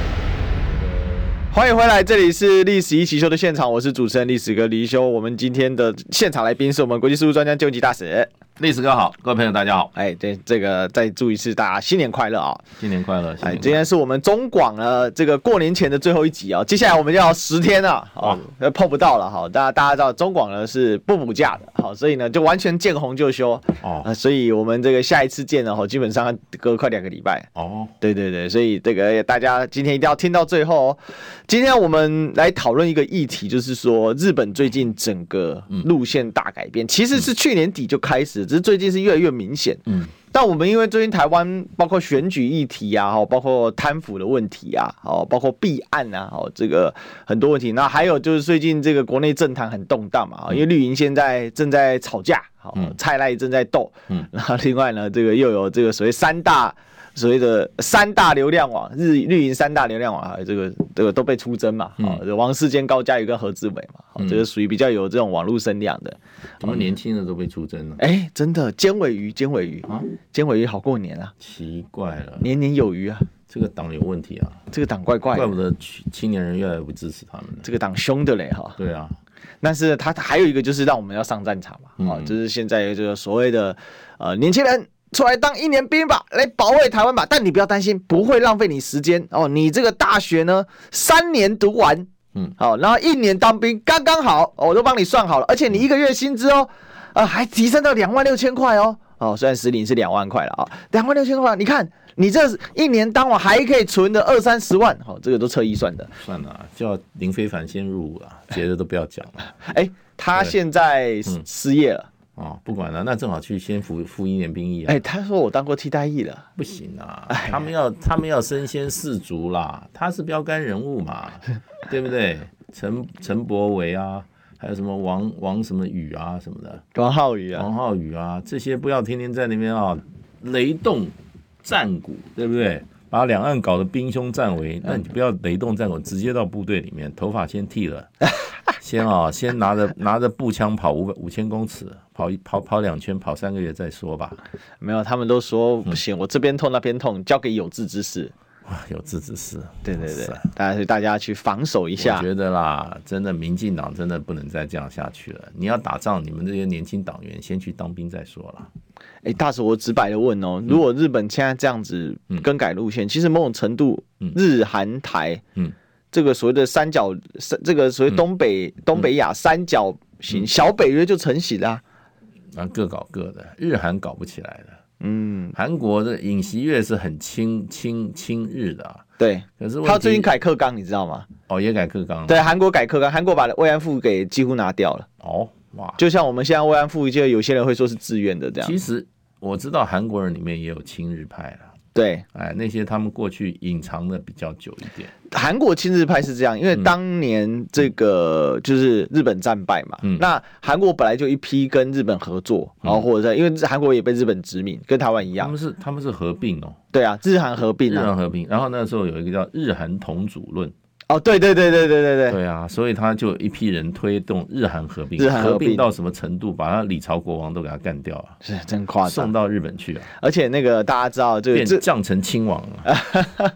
Speaker 1: 欢迎回来，这里是历史一起秀的现场，我是主持人历史哥李一修。我们今天的现场来宾是我们国际事务专家究极大使。
Speaker 2: 历史哥好，各位朋友大家好，
Speaker 1: 哎，对，这个再祝一次大家新年快乐啊、
Speaker 2: 新年快乐！新
Speaker 1: 哎，今
Speaker 2: 年快乐
Speaker 1: 天是我们中广呢这个过年前的最后一集啊、接下来我们要十天啊，哦，碰不到了哈。大家大家知道中广呢是不补假的，哦好，所以呢就完全见红就休
Speaker 2: 哦
Speaker 1: 啊，所以我们这个下一次见呢，哦哈，基本上隔快两个礼拜。
Speaker 2: 哦，
Speaker 1: 对对对，所以这个大家今天一定要听到最后哦。今天我们来讨论一个议题，就是说日本最近整个
Speaker 2: 嗯
Speaker 1: 路线大改变，其实是去年底就开始，只是最近是越来越明显。
Speaker 2: 嗯，
Speaker 1: 但我们因为最近台湾包括选举议题啊，哦，包括贪腐的问题啊，哦，包括弊案啊，哦，这个很多问题。那还有就是最近这个国内政坛很动荡嘛，哦因为绿营现在正在吵架，好、
Speaker 2: 嗯
Speaker 1: 蔡赖正在斗，
Speaker 2: 嗯，
Speaker 1: 然后另外呢，这个又有这个所谓三大。所谓的三大流量网，日绿营三大流量网，啊，这个这个都被出征
Speaker 2: 嗯
Speaker 1: 嘛，哦，这王世坚、高嘉瑜跟何志伟嘛，哦这个属于比较有这种网络声量的。
Speaker 2: 我们年轻的都被出征了，
Speaker 1: 哎、真的尖尾鱼，尖尾鱼
Speaker 2: 啊，
Speaker 1: 尖尾鱼好过年啊，
Speaker 2: 奇怪了。
Speaker 1: 年年有余啊，
Speaker 2: 这个党有问题啊，
Speaker 1: 这个党怪怪
Speaker 2: 怪
Speaker 1: 的，
Speaker 2: 不得青青年人越来越不支持他们了。
Speaker 1: 这个党凶的嘞哈。
Speaker 2: 对啊，
Speaker 1: 但是他还有一个就是让我们要上战场嘛，啊、
Speaker 2: 嗯
Speaker 1: 就是现在这个所谓的呃年轻人。出来当一年兵吧，来保卫台湾吧。但你不要担心，不会浪费你时间哦。你这个大学呢，三年读完，
Speaker 2: 嗯
Speaker 1: 好、然后一年当兵刚刚好、哦我都帮你算好了，而且你一个月薪资哦，呃，还提升到两万六千块哦。哦，虽然实领是两万块了啊，两万六千块，你看你这一年当我还可以存的二三十万，好、这个都测预算的。
Speaker 2: 算了啊，叫林非凡先入伍啊，别的都不要讲了
Speaker 1: 哎、他现在
Speaker 2: 嗯
Speaker 1: 失业了，
Speaker 2: 啊，不管了，那正好去先服服一年兵役啊。
Speaker 1: 哎、他说我当过替代役了。
Speaker 2: 不行啊，他们要他们要身先士卒啦，他是标杆人物 嘛，对不对？陈陈柏维啊，还有什么王王什么宇啊什么的，
Speaker 1: 王浩宇啊，
Speaker 2: 王浩宇啊，这些不要天天在那边啊雷动战鼓，对不对？把两岸搞得兵凶战
Speaker 1: 嗯
Speaker 2: 危，那你就不要雷动战鼓，直接到部队里面，头发先剃 了，先啊、先拿着拿着步枪跑五百五千公尺，跑一跑跑两圈，跑三个月再说吧。
Speaker 1: 没有，他们都说不行，我这边痛那边
Speaker 2: 嗯
Speaker 1: 痛，交给有志之士。
Speaker 2: 哇，有志之士，
Speaker 1: 对对对
Speaker 2: 哇塞，
Speaker 1: 大家所以大家去防守一
Speaker 2: 我
Speaker 1: 下。
Speaker 2: 觉得啦，真的，民进党真的不能再这样下去了。你要打仗，你们这些年轻党员先去当兵再说了。
Speaker 1: 哎，大使，我直白的问
Speaker 2: 嗯
Speaker 1: 哦，如果日本现在这样子更改路线，其实某种程度，日韩台，
Speaker 2: 嗯
Speaker 1: 这个所谓的三角，三这个所谓东北、东北
Speaker 2: 嗯
Speaker 1: 亚三角形、小北约就成型啦、
Speaker 2: 然啊后各搞各的，日韩搞不起来了。
Speaker 1: 嗯，
Speaker 2: 韩国的尹锡悦是很亲亲亲日的、啊，
Speaker 1: 对。
Speaker 2: 可是问题
Speaker 1: 他最近改课纲，你知道吗？
Speaker 2: 哦也改课纲了
Speaker 1: 对，韩国改课纲，韩国把慰安妇给几乎拿掉了。
Speaker 2: 哦哇，
Speaker 1: 就像我们现在慰安妇，就有些人会说是自愿的这样
Speaker 2: 其。实我知道韩国人里面也有亲日派了。
Speaker 1: 对，
Speaker 2: 哎，那些他们过去隐藏的比较久一点，
Speaker 1: 韩国亲日派是这样，因为
Speaker 2: 嗯
Speaker 1: 当年这个就是日本战败嘛，
Speaker 2: 嗯
Speaker 1: 那韩国本来就一批跟日本合作，然后或者在因为韩国也被日本殖民，跟台湾一
Speaker 2: 他
Speaker 1: 样
Speaker 2: 们，是他们是合并哦，
Speaker 1: 对啊，日韩合并
Speaker 2: 日韩
Speaker 1: 啊，
Speaker 2: 合并。然后那时候有一个叫日韩同主论，
Speaker 1: 哦，对对对对对对对，
Speaker 2: 对啊，所以他就有一批人推动日韩合并，
Speaker 1: 日韩合并
Speaker 2: 到什么程度，把他李朝国王都给他干掉啊，
Speaker 1: 是真夸
Speaker 2: 送
Speaker 1: 张，
Speaker 2: 到日本去啊，
Speaker 1: 而且那个大家知道，这个
Speaker 2: 变
Speaker 1: 这
Speaker 2: 降成亲王啊，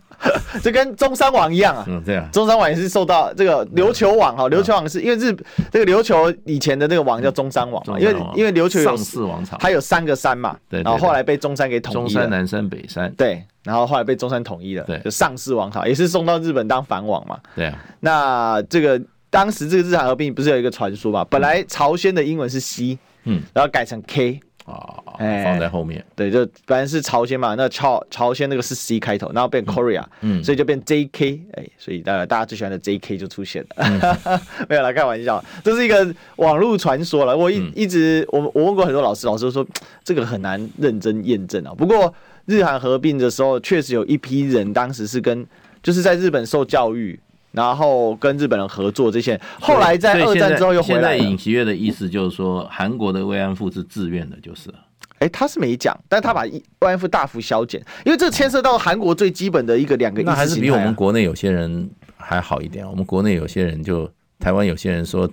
Speaker 1: 这跟中山王一样啊。
Speaker 2: 嗯，这样。
Speaker 1: 中山王也是受到这个琉球网哦哈，琉球网是因为日这个琉球以前的那个王叫中山王嘛，因为因为琉球有
Speaker 2: 上市王朝，
Speaker 1: 它有三个山嘛，
Speaker 2: 对对
Speaker 1: 然后
Speaker 2: 对
Speaker 1: 后来被中山给统
Speaker 2: 中
Speaker 1: 一了
Speaker 2: 山、。南山、北山，
Speaker 1: 对，然后后来被中山统一了，
Speaker 2: 对
Speaker 1: 就上市王朝也是送到日本当藩王嘛。
Speaker 2: 对啊，
Speaker 1: 那这个当时这个日韩合并不是有一个传说嘛？本来朝鲜的英文是 C，
Speaker 2: 嗯，
Speaker 1: 然后改成 K，
Speaker 2: 啊，
Speaker 1: 哎
Speaker 2: 放在后面，
Speaker 1: 对，就本来是朝鲜嘛，那朝朝鲜那个是 C 开头，然后变 Korea，
Speaker 2: 嗯
Speaker 1: 所以就变 JK，哎，所以大家大家最喜欢的 JK 就出现了，
Speaker 2: 嗯
Speaker 1: 没有啦，开玩笑，这是一个网络传说了。我
Speaker 2: 嗯
Speaker 1: 一、一直我我问过很多老师，老师都说这个很难认真验证啊。不过日韩合并的时候，确实有一批人当时是跟就是在日本受教育。然后跟日本人合作这些，后来在
Speaker 2: 所
Speaker 1: 二
Speaker 2: 以现
Speaker 1: 战之后又回来
Speaker 2: 现在
Speaker 1: 了
Speaker 2: 尹。锡悦的意思就是说，韩国的慰安妇是自愿的，就是了
Speaker 1: 哎，他是没讲，但他把 YF 大幅削减，因为这牵涉到韩国最基本的一个两个意识、
Speaker 2: 那
Speaker 1: 形
Speaker 2: 还是比我
Speaker 1: 态啊
Speaker 2: 们国内有些人还好一点。我们国内有些人就台湾有些人说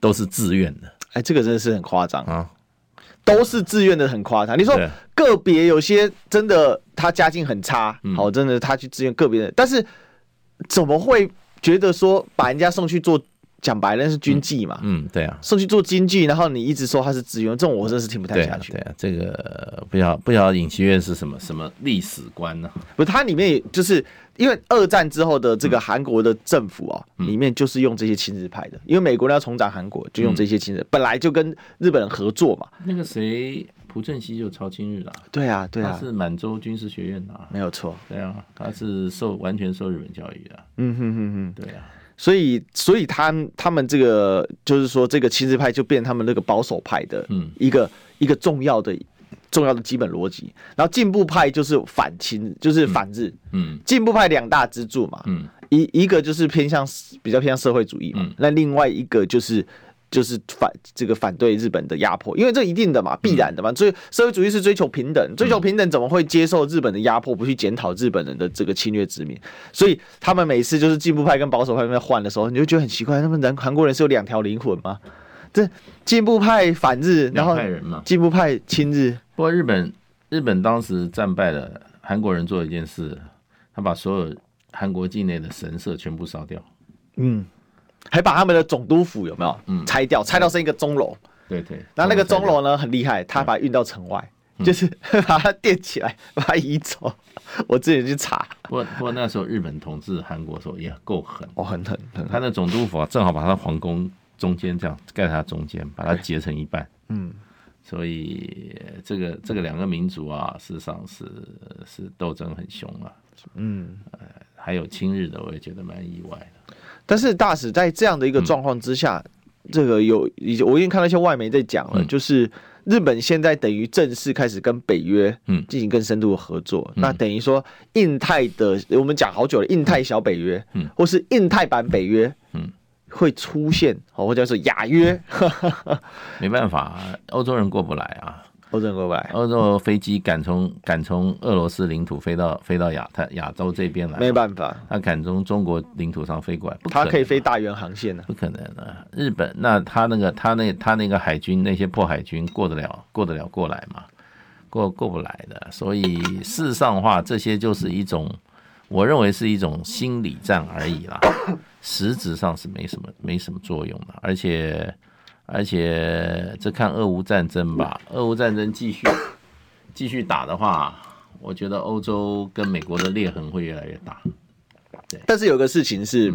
Speaker 2: 都是自愿的
Speaker 1: 哎，这个真的是很夸张，
Speaker 2: 啊，
Speaker 1: 都是自愿的，很夸张。你说
Speaker 2: 对啊
Speaker 1: 个别有些真的他家境很差，好、
Speaker 2: 嗯
Speaker 1: 真的他去支援个别的，但是怎么会觉得说把人家送去做讲白了那是军纪嘛？
Speaker 2: 嗯，对啊，
Speaker 1: 送去做经济，然后你一直说他是自愿，这种我真是听不太
Speaker 2: 对
Speaker 1: 下
Speaker 2: 啊，
Speaker 1: 去。
Speaker 2: 对啊，这个不晓不晓得尹锡悦是什么什么历史观呢、
Speaker 1: 不，它里面也就是因为二战之后的这个韩国的政府啊，里面就是用这些亲日派的，因为美国人要重掌韩国，就用这些亲日，本来就跟日本人合作嘛。
Speaker 2: 那个谁，朴正熙就超亲日的啊、
Speaker 1: 对啊，对
Speaker 2: 他
Speaker 1: 啊，
Speaker 2: 是满洲军事学院的、啊，
Speaker 1: 没有错。
Speaker 2: 对啊，他是受完全受日本教育的啊、
Speaker 1: 嗯哼哼哼，
Speaker 2: 对啊，
Speaker 1: 所以所以他他们这个就是说这个亲日派就变他们那个保守派的
Speaker 2: 嗯
Speaker 1: 一个、一个重要的重要的基本逻辑，然后进步派就是反亲，就是反日。
Speaker 2: 嗯
Speaker 1: 进步派两大支柱嘛，
Speaker 2: 嗯，
Speaker 1: 一一个就是偏向比较偏向社会主义嘛，
Speaker 2: 嗯
Speaker 1: 那另外一个就是就是反这个反对日本的压迫，因为这一定的嘛，必然的
Speaker 2: 嗯
Speaker 1: 嘛，所以社会主义是追求平等，追求平等怎么会接受日本的压迫，不去检讨日本人的这个侵略殖民？所以他们每次就是进步派跟保守派在换的时候，你就觉得很奇怪，他们人韩国人是有两条灵魂吗？这进步派反日，然
Speaker 2: 两
Speaker 1: 后
Speaker 2: 派人嘛。
Speaker 1: 进步派亲日，
Speaker 2: 不过日本日本当时战败了，韩国人做了一件事，他把所有韩国境内的神社全部烧掉。
Speaker 1: 嗯，还把他们的总督府有没有
Speaker 2: 嗯
Speaker 1: 拆掉，拆到剩一个钟楼。
Speaker 2: 对对，
Speaker 1: 那那个钟楼呢很厉害，他把它运到城外，
Speaker 2: 嗯
Speaker 1: 就是 把它垫起来，把它移走。 我自己去查，
Speaker 2: 不过不过那时候日本统治韩国的时候也够狠，
Speaker 1: 哦，很很很，
Speaker 2: 他的总督府啊，正好把他皇宫中间这样盖在他中间，把它截成一半。嗯，所以呃这个这个两个民族啊，事实上是是斗争很凶啊。呃
Speaker 1: 嗯，
Speaker 2: 还有亲日的，我也觉得蛮意外的。
Speaker 1: 但是大使在这样的
Speaker 2: 嗯
Speaker 1: 一个状况之下，这个有已经我已经看到一些外媒在讲了，
Speaker 2: 嗯
Speaker 1: 就是日本现在等于正式开始跟北约
Speaker 2: 嗯
Speaker 1: 进行更深度的合作，那等于说印太的我们讲好久了，印太小北约，
Speaker 2: 嗯
Speaker 1: 或是印太版北约，
Speaker 2: 嗯。
Speaker 1: 会出现，哦，或者说亚约，
Speaker 2: 没办法，欧洲人过不来啊。
Speaker 1: 欧洲过来，
Speaker 2: 欧洲飞机敢从敢从俄罗斯领土飞到飞到亚太亚洲这边来，
Speaker 1: 没办法，
Speaker 2: 他敢从中国领土上飞过来，不
Speaker 1: 它
Speaker 2: 能
Speaker 1: 可以飞大圆航线呢、
Speaker 2: 不可能啊！日本那他那个他那他那个海军那些破海军过得了过得了过来吗？过过不来的。所以事实上的话，这些就是一种，我认为是一种心理战而已啦，实质上是没什么没什么作用的。而且而且这看俄乌战争吧，俄乌战争继续继续打的话，我觉得欧洲跟美国的裂痕会越来越大。
Speaker 1: 但是有个事情是，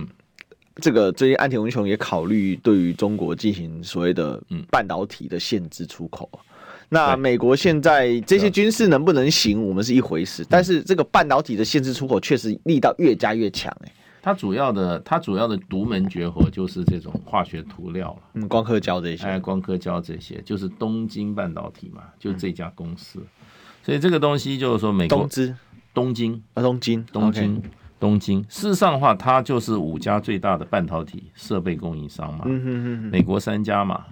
Speaker 1: 这个最近安田文雄也考虑对于中国进行所谓的
Speaker 2: 嗯
Speaker 1: 半导体的限制出口。那
Speaker 2: 对
Speaker 1: 美国现在这些军事能不能行，我们是一回事，但是这个半导体的限制出口确实力道越加越强、欸，
Speaker 2: 它主要的它主要的独门绝活就是这种化学涂料了。
Speaker 1: 嗯，光刻胶这些，
Speaker 2: 哎，光刻胶这些，就是东京半导体
Speaker 1: 嗯
Speaker 2: 嘛，就这家公司。所以这个东西就是说，美国
Speaker 1: 东芝、
Speaker 2: 东京、
Speaker 1: 啊东京、
Speaker 2: 东
Speaker 1: OK，
Speaker 2: 京、东京，事实上的话，它就是五家最大的半导体设备供应商嘛，
Speaker 1: 嗯哼哼哼，
Speaker 2: 美国三家嘛，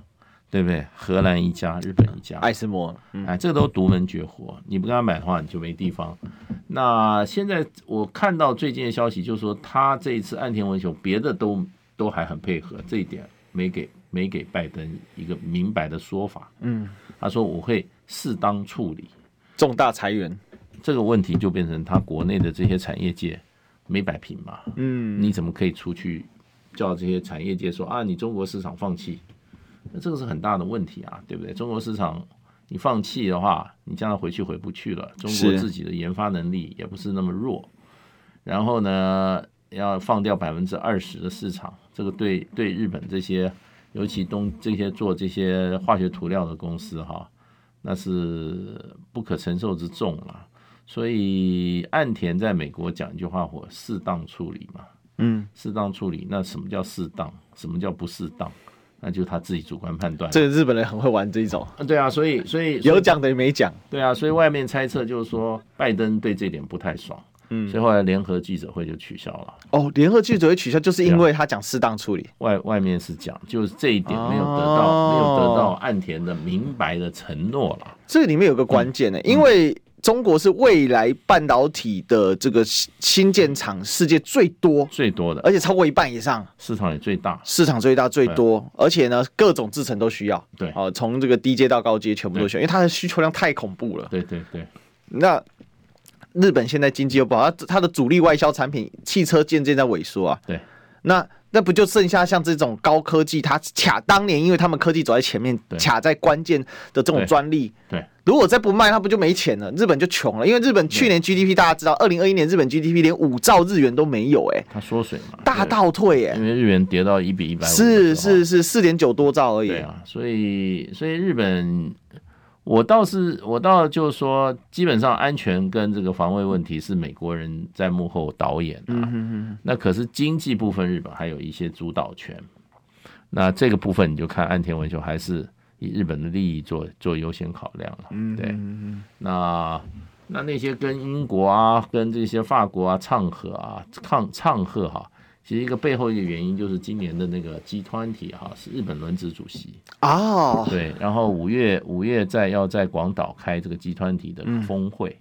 Speaker 2: 对不对？荷兰一家，日本一家，
Speaker 1: 爱斯摩，嗯，
Speaker 2: 哎，这个都独门绝活，你不跟他买的话，你就没地方。那现在我看到最近的消息，就是说他这一次岸田文雄别的都都还很配合，这一点没给没给拜登一个明白的说法。
Speaker 1: 嗯，
Speaker 2: 他说我会适当处理
Speaker 1: 重大裁员，
Speaker 2: 这个问题，就变成他国内的这些产业界没摆平嘛。
Speaker 1: 嗯，
Speaker 2: 你怎么可以出去叫这些产业界说啊，你中国市场放弃？那这个是很大的问题啊，对不对？中国市场你放弃的话，你将来回去回不去了。中国
Speaker 1: 是
Speaker 2: 自己的研发能力也不是那么弱，然后呢，要放掉百分之二十的市场，这个对对日本这些，尤其东这些做这些化学涂料的公司哈，那是不可承受之重了。所以岸田在美国讲一句话，我适当处理嘛，
Speaker 1: 嗯，
Speaker 2: 适当处理。那什么叫适当？什么叫不适当？那就他自己主观判断。
Speaker 1: 这个日本人很会玩这一种，
Speaker 2: 啊对啊，所以所以所以
Speaker 1: 有讲等于没讲，
Speaker 2: 对啊，所以外面猜测就是说拜登对这点不太爽，
Speaker 1: 嗯
Speaker 2: 所以后来联合记者会就取消了。
Speaker 1: 哦，联合记者会取消，就是因为他讲适当处理，
Speaker 2: 外外面是讲，就是这一点没有得到，
Speaker 1: 哦
Speaker 2: 没有得到岸田的明白的承诺了。
Speaker 1: 这里面有个关键呢、欸因为中国是未来半导体的这个新新建厂世界最多，
Speaker 2: 最多的
Speaker 1: 而且超过一半以上，
Speaker 2: 市场也最大，
Speaker 1: 市场最大最多，而且呢各种制程都需要，
Speaker 2: 对
Speaker 1: 哦，从这个低阶到高阶全部都需要，因为它的需求量太恐怖了。
Speaker 2: 对对对，
Speaker 1: 那日本现在经济又不好，啊它它的主力外销产品汽车渐渐在萎缩啊，
Speaker 2: 对，
Speaker 1: 那那不就剩下像这种高科技，它卡当年因为他们科技走在前面，
Speaker 2: 对
Speaker 1: 卡在关键的这种
Speaker 2: 对
Speaker 1: 专利。
Speaker 2: 对，
Speaker 1: 如果再不卖，它不就没钱了？日本就穷了，因为日本去年 GDP 大家知道，二零二一年日本 GDP 连五兆日元都没有、哎，
Speaker 2: 他缩水嘛，
Speaker 1: 大
Speaker 2: 对
Speaker 1: 倒退、哎
Speaker 2: 因，为日元跌到一比一百五，
Speaker 1: 是是，是，四点九多兆而已。
Speaker 2: 对啊，所以所以日本，我倒是我倒就是说，基本上安全跟这个防卫问题是美国人在幕后导演
Speaker 1: 嗯
Speaker 2: 啊，那可是经济部分日本还有一些主导权，那这个部分你就看岸田文雄还是以日本的利益做做优先考量了，
Speaker 1: 嗯
Speaker 2: 对，那。那那些跟英国啊、跟这些法国啊唱和啊、唱唱和哈、其实一个背后一个原因就是今年的那个 G 团体哈是日本轮值主席，
Speaker 1: 哦，
Speaker 2: 对，然后五月五月在要在广岛开这个集团体的
Speaker 1: 嗯
Speaker 2: 峰会。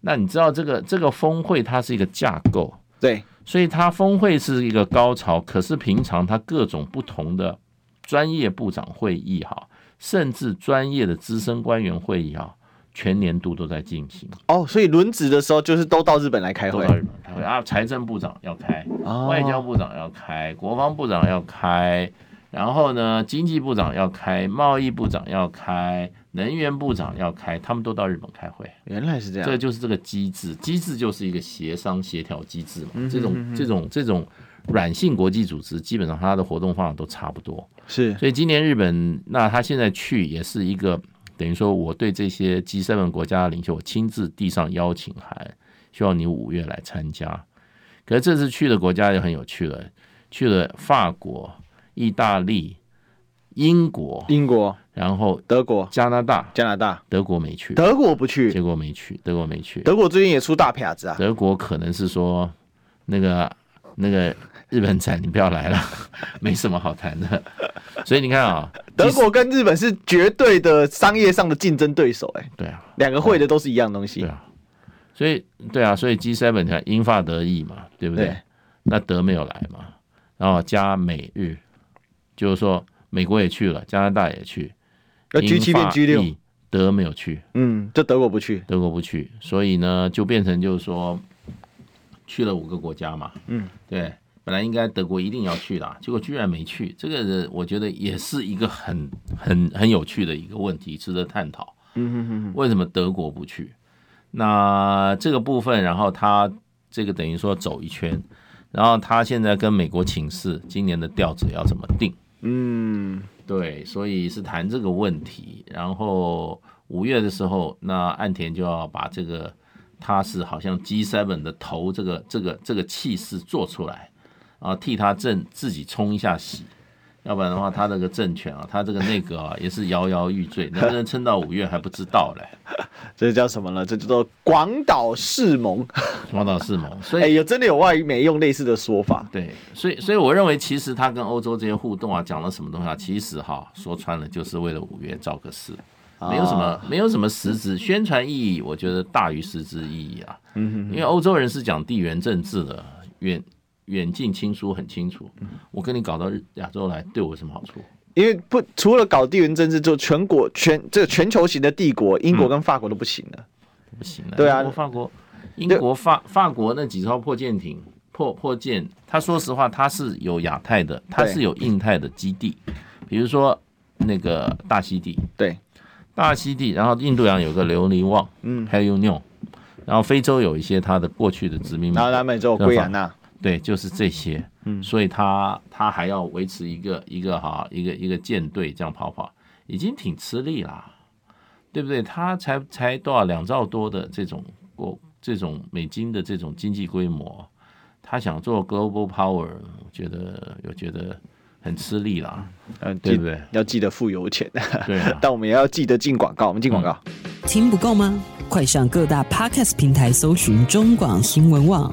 Speaker 2: 那你知道这个这个峰会它是一个架构，
Speaker 1: 对，
Speaker 2: 所以它峰会是一个高潮，可是平常它各种不同的专业部长会议哈，甚至专业的资深官员会议哈，全年度都在进行。
Speaker 1: 哦，所以轮值的时候就是都到日本来开
Speaker 2: 都
Speaker 1: 会
Speaker 2: 到。日本开会啊，财政部长要开，
Speaker 1: 哦
Speaker 2: 外交部长要开，国防部长要开，然后呢，经济部长要开，贸易部长要开，能源部长要开，他们都到日本开会。
Speaker 1: 原来是这样，
Speaker 2: 这就是这个机制，机制就是一个协商协调机制嘛。
Speaker 1: 嗯
Speaker 2: 这种这种这种软性国际组织，基本上它的活动方法都差不多。
Speaker 1: 是
Speaker 2: 所以今年日本，那他现在去也是一个等于说我对这些 G7 国家的领袖，我亲自递上邀请函，希望你五月来参加。可是这次去的国家也很有趣了，去了法国、意大利、英国，
Speaker 1: 英国、
Speaker 2: 然后
Speaker 1: 德国、
Speaker 2: 加拿大，
Speaker 1: 加拿大，
Speaker 2: 德国没去，
Speaker 1: 德国不去
Speaker 2: 结，果没去，德国没去，
Speaker 1: 德国最近也出大撇子啊。
Speaker 2: 德国可能是说那个那个日本仔你不要来了， 没什么好谈的。所以你看啊，
Speaker 1: 德国跟日本是绝对的商业上的竞争对手、哎，
Speaker 2: 对啊，
Speaker 1: 两个会的都是一样东西
Speaker 2: 对。啊，所以对啊，所以 G7 你看英法德意嘛，对不对？
Speaker 1: 对
Speaker 2: 那德没有来嘛，然后加美日，就是说美国也去了，加拿大也去，
Speaker 1: 那 G7 呃变 G6
Speaker 2: 英法意德没有去，
Speaker 1: 嗯，就德国不去，
Speaker 2: 德国不去，所以呢，就变成就是说去了五个国家嘛，
Speaker 1: 嗯，
Speaker 2: 对，本来应该德国一定要去的啊，结果居然没去，这个我觉得也是一个很很很有趣的一个问题，值得探讨。嗯哼哼，为什么德国不去？那这个部分，然后他这个等于说走一圈，然后他现在跟美国请示今年的调子要怎么定。
Speaker 1: 嗯，
Speaker 2: 对，所以是谈这个问题。然后五月的时候，那岸田就要把这个他是好像 G7 的头这个这个这个气势做出来啊，替他政自己冲一下喜。要不然的话，他这个政权啊，他这个内阁啊，也是摇摇欲坠，能不能撑到五月还不知道嘞。
Speaker 1: 这叫什么呢？这叫做广岛市盟。
Speaker 2: 广岛是盟，所
Speaker 1: 哎、
Speaker 2: 以
Speaker 1: 有真的有外媒用类似的说法。
Speaker 2: 对，所以所以我认为，其实他跟欧洲这些互动啊，讲了什么东西啊，其实哈说穿了就是为了五月造个势，没有什么没有什么实质宣传意义，我觉得大于实质意义啊。嗯因为欧洲人是讲地缘政治的，远远近亲疏很清楚。我跟你搞到日亚洲来，对我有什么好处？
Speaker 1: 因为不除了搞地缘政治，就全国全这个全球型的帝国，英国跟法国都不行了。
Speaker 2: 不行啊！
Speaker 1: 对啊
Speaker 2: 英国、法国、英国、法法国那几艘破舰艇、破破舰，它说实话，它是有亚太的，它是有印太的基地，比如说那个大溪地，
Speaker 1: 对，
Speaker 2: 大溪地，然后印度洋有个琉璃旺，嗯，还有 Union，然后非洲有一些它的过去的殖民地
Speaker 1: 然，后南美洲有圭亚那，
Speaker 2: 对，就是这些，嗯，所以它它还要维持一个一个哈一个一个舰队这样跑跑，已经挺吃力啦，对不对？它才才多少两兆多的这种国这种美金的这种经济规模，他想做 global power，我觉得我觉得很吃力啦，
Speaker 1: 嗯，
Speaker 2: 对
Speaker 1: 记
Speaker 2: 不 对？
Speaker 1: 要记得付油钱，
Speaker 2: 对啊
Speaker 1: 但我们也要记得进广告，我们进广告。
Speaker 4: 听不够吗？快上各大 podcast 平台搜寻中广新闻网，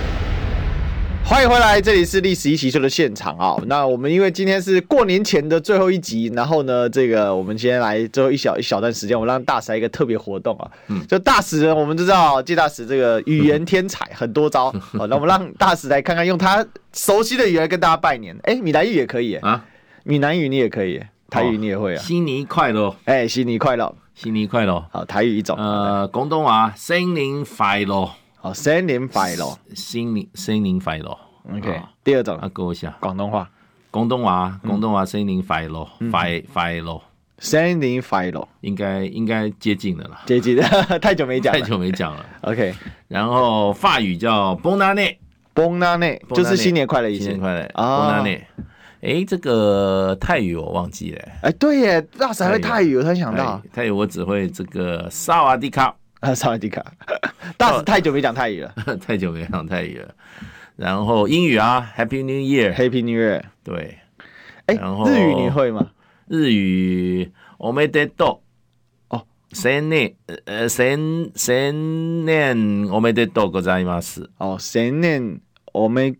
Speaker 1: 欢迎回来，这里是《历史一奇秀》的现场啊、那我们因为今天是过年前的最后一集，然后呢，这个我们今天来最后一小一小段时间，我让大使来一个特别活动啊。嗯，就大使呢，我们都知道季大使这个语言天才，很多招。好，那我们 让大使来看看，用他熟悉的语言来跟大家拜年。哎，闽南语也可以，
Speaker 2: 啊，
Speaker 1: 闽南语你也可以，台语你也会啊。
Speaker 2: 新年快乐，
Speaker 1: 哎，新年快乐！
Speaker 2: 新年快乐，
Speaker 1: 好，台语一种。
Speaker 2: 呃，广东话新年快乐，
Speaker 1: 好，新年快乐。
Speaker 2: 新年新年快乐
Speaker 1: OK，
Speaker 2: 啊
Speaker 1: 第二种
Speaker 2: 啊，勾一下。
Speaker 1: 广东话，
Speaker 2: 广东话，
Speaker 1: 嗯
Speaker 2: 广东话新年快乐，快快乐，
Speaker 1: 新年快乐，
Speaker 2: 应该应该接近的啦，
Speaker 1: 接近太久没 讲
Speaker 2: 太
Speaker 1: 了。
Speaker 2: 久没讲了。
Speaker 1: OK。
Speaker 2: 然后法语叫 Bon année，
Speaker 1: 崩拉内就是新年快乐一
Speaker 2: 新
Speaker 1: 些
Speaker 2: 年。快乐
Speaker 1: 啊
Speaker 2: ，Bon année。哎，这个泰语我忘记了，
Speaker 1: 哎，对耶，大使还会泰语，我突然想到
Speaker 2: 泰语泰语我只会这个萨瓦迪卡，
Speaker 1: 啊，萨瓦迪卡， 大使太久没讲泰语了。
Speaker 2: 太久没讲泰语了。然后英语啊，Happy New Year，
Speaker 1: Happy New Year，
Speaker 2: 对，
Speaker 1: 哎，
Speaker 2: 然后
Speaker 1: 日语你会吗？
Speaker 2: 日语 o m e d e d o
Speaker 1: 哦，
Speaker 2: 新年呃新新年 o m e d e d o ございます。
Speaker 1: 哦，新年我们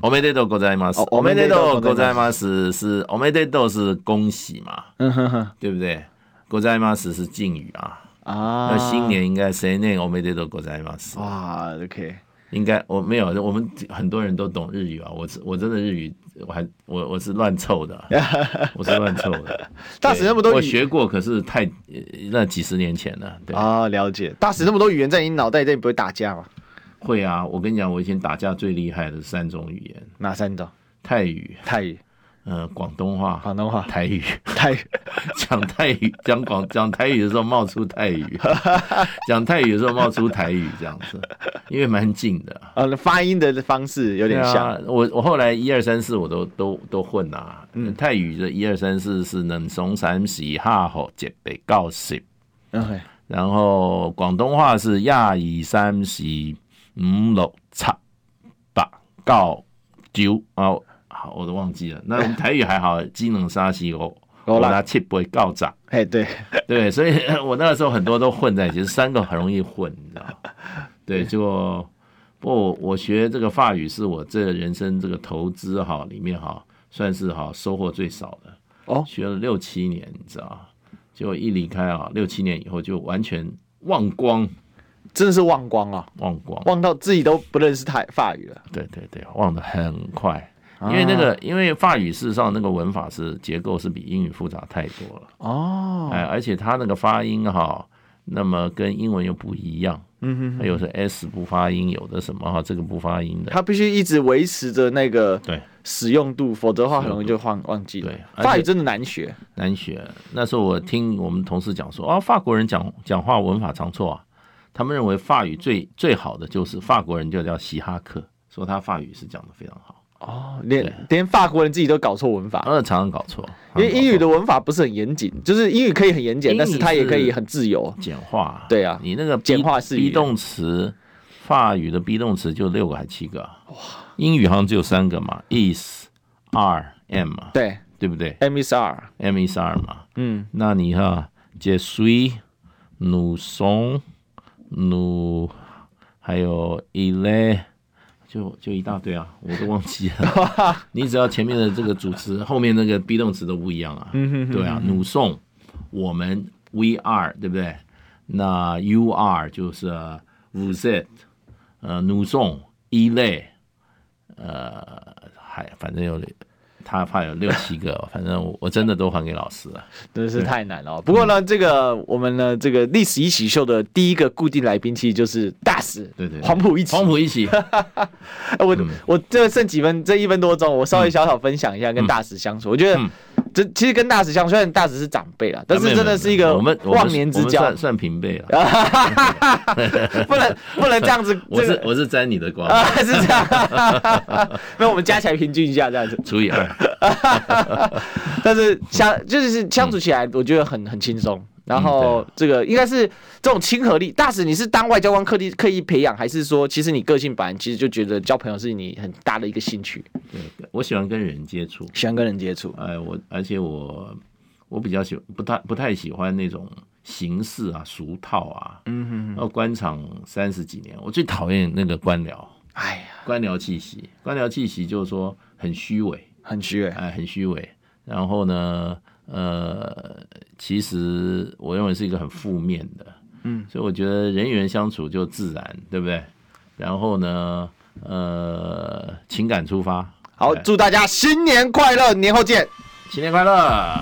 Speaker 2: おめでとうございます。
Speaker 1: 哦
Speaker 2: おめで
Speaker 1: おめでとう
Speaker 2: とうご
Speaker 1: ご
Speaker 2: ざ
Speaker 1: ざ
Speaker 2: い
Speaker 1: い
Speaker 2: ます是おめでとう是恭喜嘛，
Speaker 1: 嗯哼哼
Speaker 2: 对不对？ございます是敬语啊。那
Speaker 1: 啊，
Speaker 2: 新年应该谁念おめでとうございます？
Speaker 1: 哇，OK，
Speaker 2: 应该我没有，我们很多人都懂日语啊。我是我真的日语，我还我我是乱 凑的，啊我是乱凑的。
Speaker 1: 大使那么多
Speaker 2: 我
Speaker 1: 语
Speaker 2: 学过，可是太呃那几十年前了。对，
Speaker 1: 啊啊，了解。大使那么多语言在你脑袋里，这你不会打架吗？
Speaker 2: 会啊，我跟你讲，我以前打架最厉害的是三种语言：
Speaker 1: 哪三种？
Speaker 2: 泰语、
Speaker 1: 泰语、
Speaker 2: 呃广东话、
Speaker 1: 广东话、
Speaker 2: 台语。
Speaker 1: 泰语。
Speaker 2: 讲泰语，讲广讲台语的时候冒出泰语， 讲泰语的时候冒出台语这样子，因为蛮近的。
Speaker 1: 呃，发音的方式有点像。
Speaker 2: 对啊、我我后来一二三四我都都都混啦、啊。嗯，泰语的一二三四是能从三喜哈吼杰北告十，
Speaker 1: OK，
Speaker 2: 然后广东话是亚以三喜五六七八告九啊，好我都忘记了。那我们台语还好，技能沙西哦，
Speaker 1: 五六
Speaker 2: 我拿七不会告长。
Speaker 1: 哎，对，
Speaker 2: 对，所以我那个时候很多都混在一起，三个很容易混，你知道吗？对，结果不过我我学这个法语是我这人生这个投资哈里面哈算是哈收获最少的
Speaker 1: 哦
Speaker 2: 学了六七年，你知道吗？结果一离开啊，六七年以后就完全忘光，
Speaker 1: 真的是忘光啊，
Speaker 2: 忘光，
Speaker 1: 忘到自己都不认识泰法语了。
Speaker 2: 对对对，忘得很快。因为那个，因为法语事实上那个文法是结构是比英语复杂太多了。
Speaker 1: 哦，
Speaker 2: 哎，而且它那个发音哈，那么跟英文又不一样，嗯哼，有的 s 不发音，有的什么哈，这个不发音的，
Speaker 1: 他必须一直维持着那个
Speaker 2: 对
Speaker 1: 使用度，否则的话很容易就忘忘记了。
Speaker 2: 对而且
Speaker 1: 法语真的难学，
Speaker 2: 难学。那时候我听我们同事讲说，啊，法国人讲讲话文法常错啊，他们认为法语最最好的就是法国人就叫希哈克，说他法语是讲的非常好，
Speaker 1: 哦，连连法国人自己都搞错文法，
Speaker 2: 呃，常常搞错，
Speaker 1: 因为
Speaker 2: 常常搞错
Speaker 1: 英语的文法不是很严谨，就是英语可以很严谨，
Speaker 2: 英语
Speaker 1: 但是它也
Speaker 2: 是
Speaker 1: 可以很自由。
Speaker 2: 简化，
Speaker 1: 对啊
Speaker 2: 你那个 be-
Speaker 1: 简化式语言
Speaker 2: be 动词，法语的 be 动词就六个还七个啊，英语好像只有三个嘛，is r m 嘛，
Speaker 1: 对
Speaker 2: 对不对
Speaker 1: ，M S R，
Speaker 2: ？m is r 嘛，
Speaker 1: 嗯，
Speaker 2: 那你哈，je suis nous sommes nous 还有 il est 就就一大堆啊，我都忘记了。你只要前面的这个主词，后面那个 be 动词都不一样啊。对啊，nous sommes 我们 we are 对不对？那 you are 就是 vous êtes，呃，nous sommes il est，呃，还反正有他怕有六七个， 反正我我真的都还给老师了。
Speaker 1: 真是太难了哦。不过呢，这个我们呢，这个历史一起秀的第一个固定来宾，其实就是大使，
Speaker 2: 对对对
Speaker 1: 黄埔一起
Speaker 2: 黄。埔 一起，
Speaker 1: 哎 我
Speaker 2: 嗯
Speaker 1: 我这剩几分，这一分多钟，我稍微小小分享一下跟大使相处。我觉得
Speaker 2: 嗯啊
Speaker 1: 这其实跟大使相处，虽然大使是长辈啦，但是真的是一
Speaker 2: 没有没有没
Speaker 1: 个
Speaker 2: 有我们我们
Speaker 1: 忘年之
Speaker 2: 我
Speaker 1: 交
Speaker 2: 们算，算平辈了。
Speaker 1: 不能不 能这样子。
Speaker 2: 我
Speaker 1: 这
Speaker 2: 是
Speaker 1: 个
Speaker 2: 我是沾你 的光，
Speaker 1: 啊，是这样。那我们加起来平均一下，这样子。
Speaker 2: 除以二。
Speaker 1: 但是相就是相
Speaker 2: 嗯
Speaker 1: 处起来，我觉得很很轻松。然后
Speaker 2: 啊
Speaker 1: 这个应该是这种亲和力。大使，你是当外交官刻意刻意培养，还是说其实你个性本来其实就觉得交朋友是你很大的一个兴趣，
Speaker 2: 对，我喜欢跟人接触，
Speaker 1: 喜欢跟人接触？
Speaker 2: 哎，我而且我我比较喜不太不太喜欢那种形式啊、俗套啊。嗯哼然后官场三十几年，我最讨厌那个官僚，
Speaker 1: 哎呀，
Speaker 2: 官僚气息，官僚气息就是说很虚伪。
Speaker 1: 很虚伪。
Speaker 2: 哎，很虚伪。然后呢，呃，其实我认为是一个很负面的，嗯，所以我觉得人与人相处就自然，对不对？然后呢，呃，情感出发，
Speaker 1: 好，
Speaker 2: 哎
Speaker 1: 祝大家新年快乐，年后见。
Speaker 2: 新年快乐。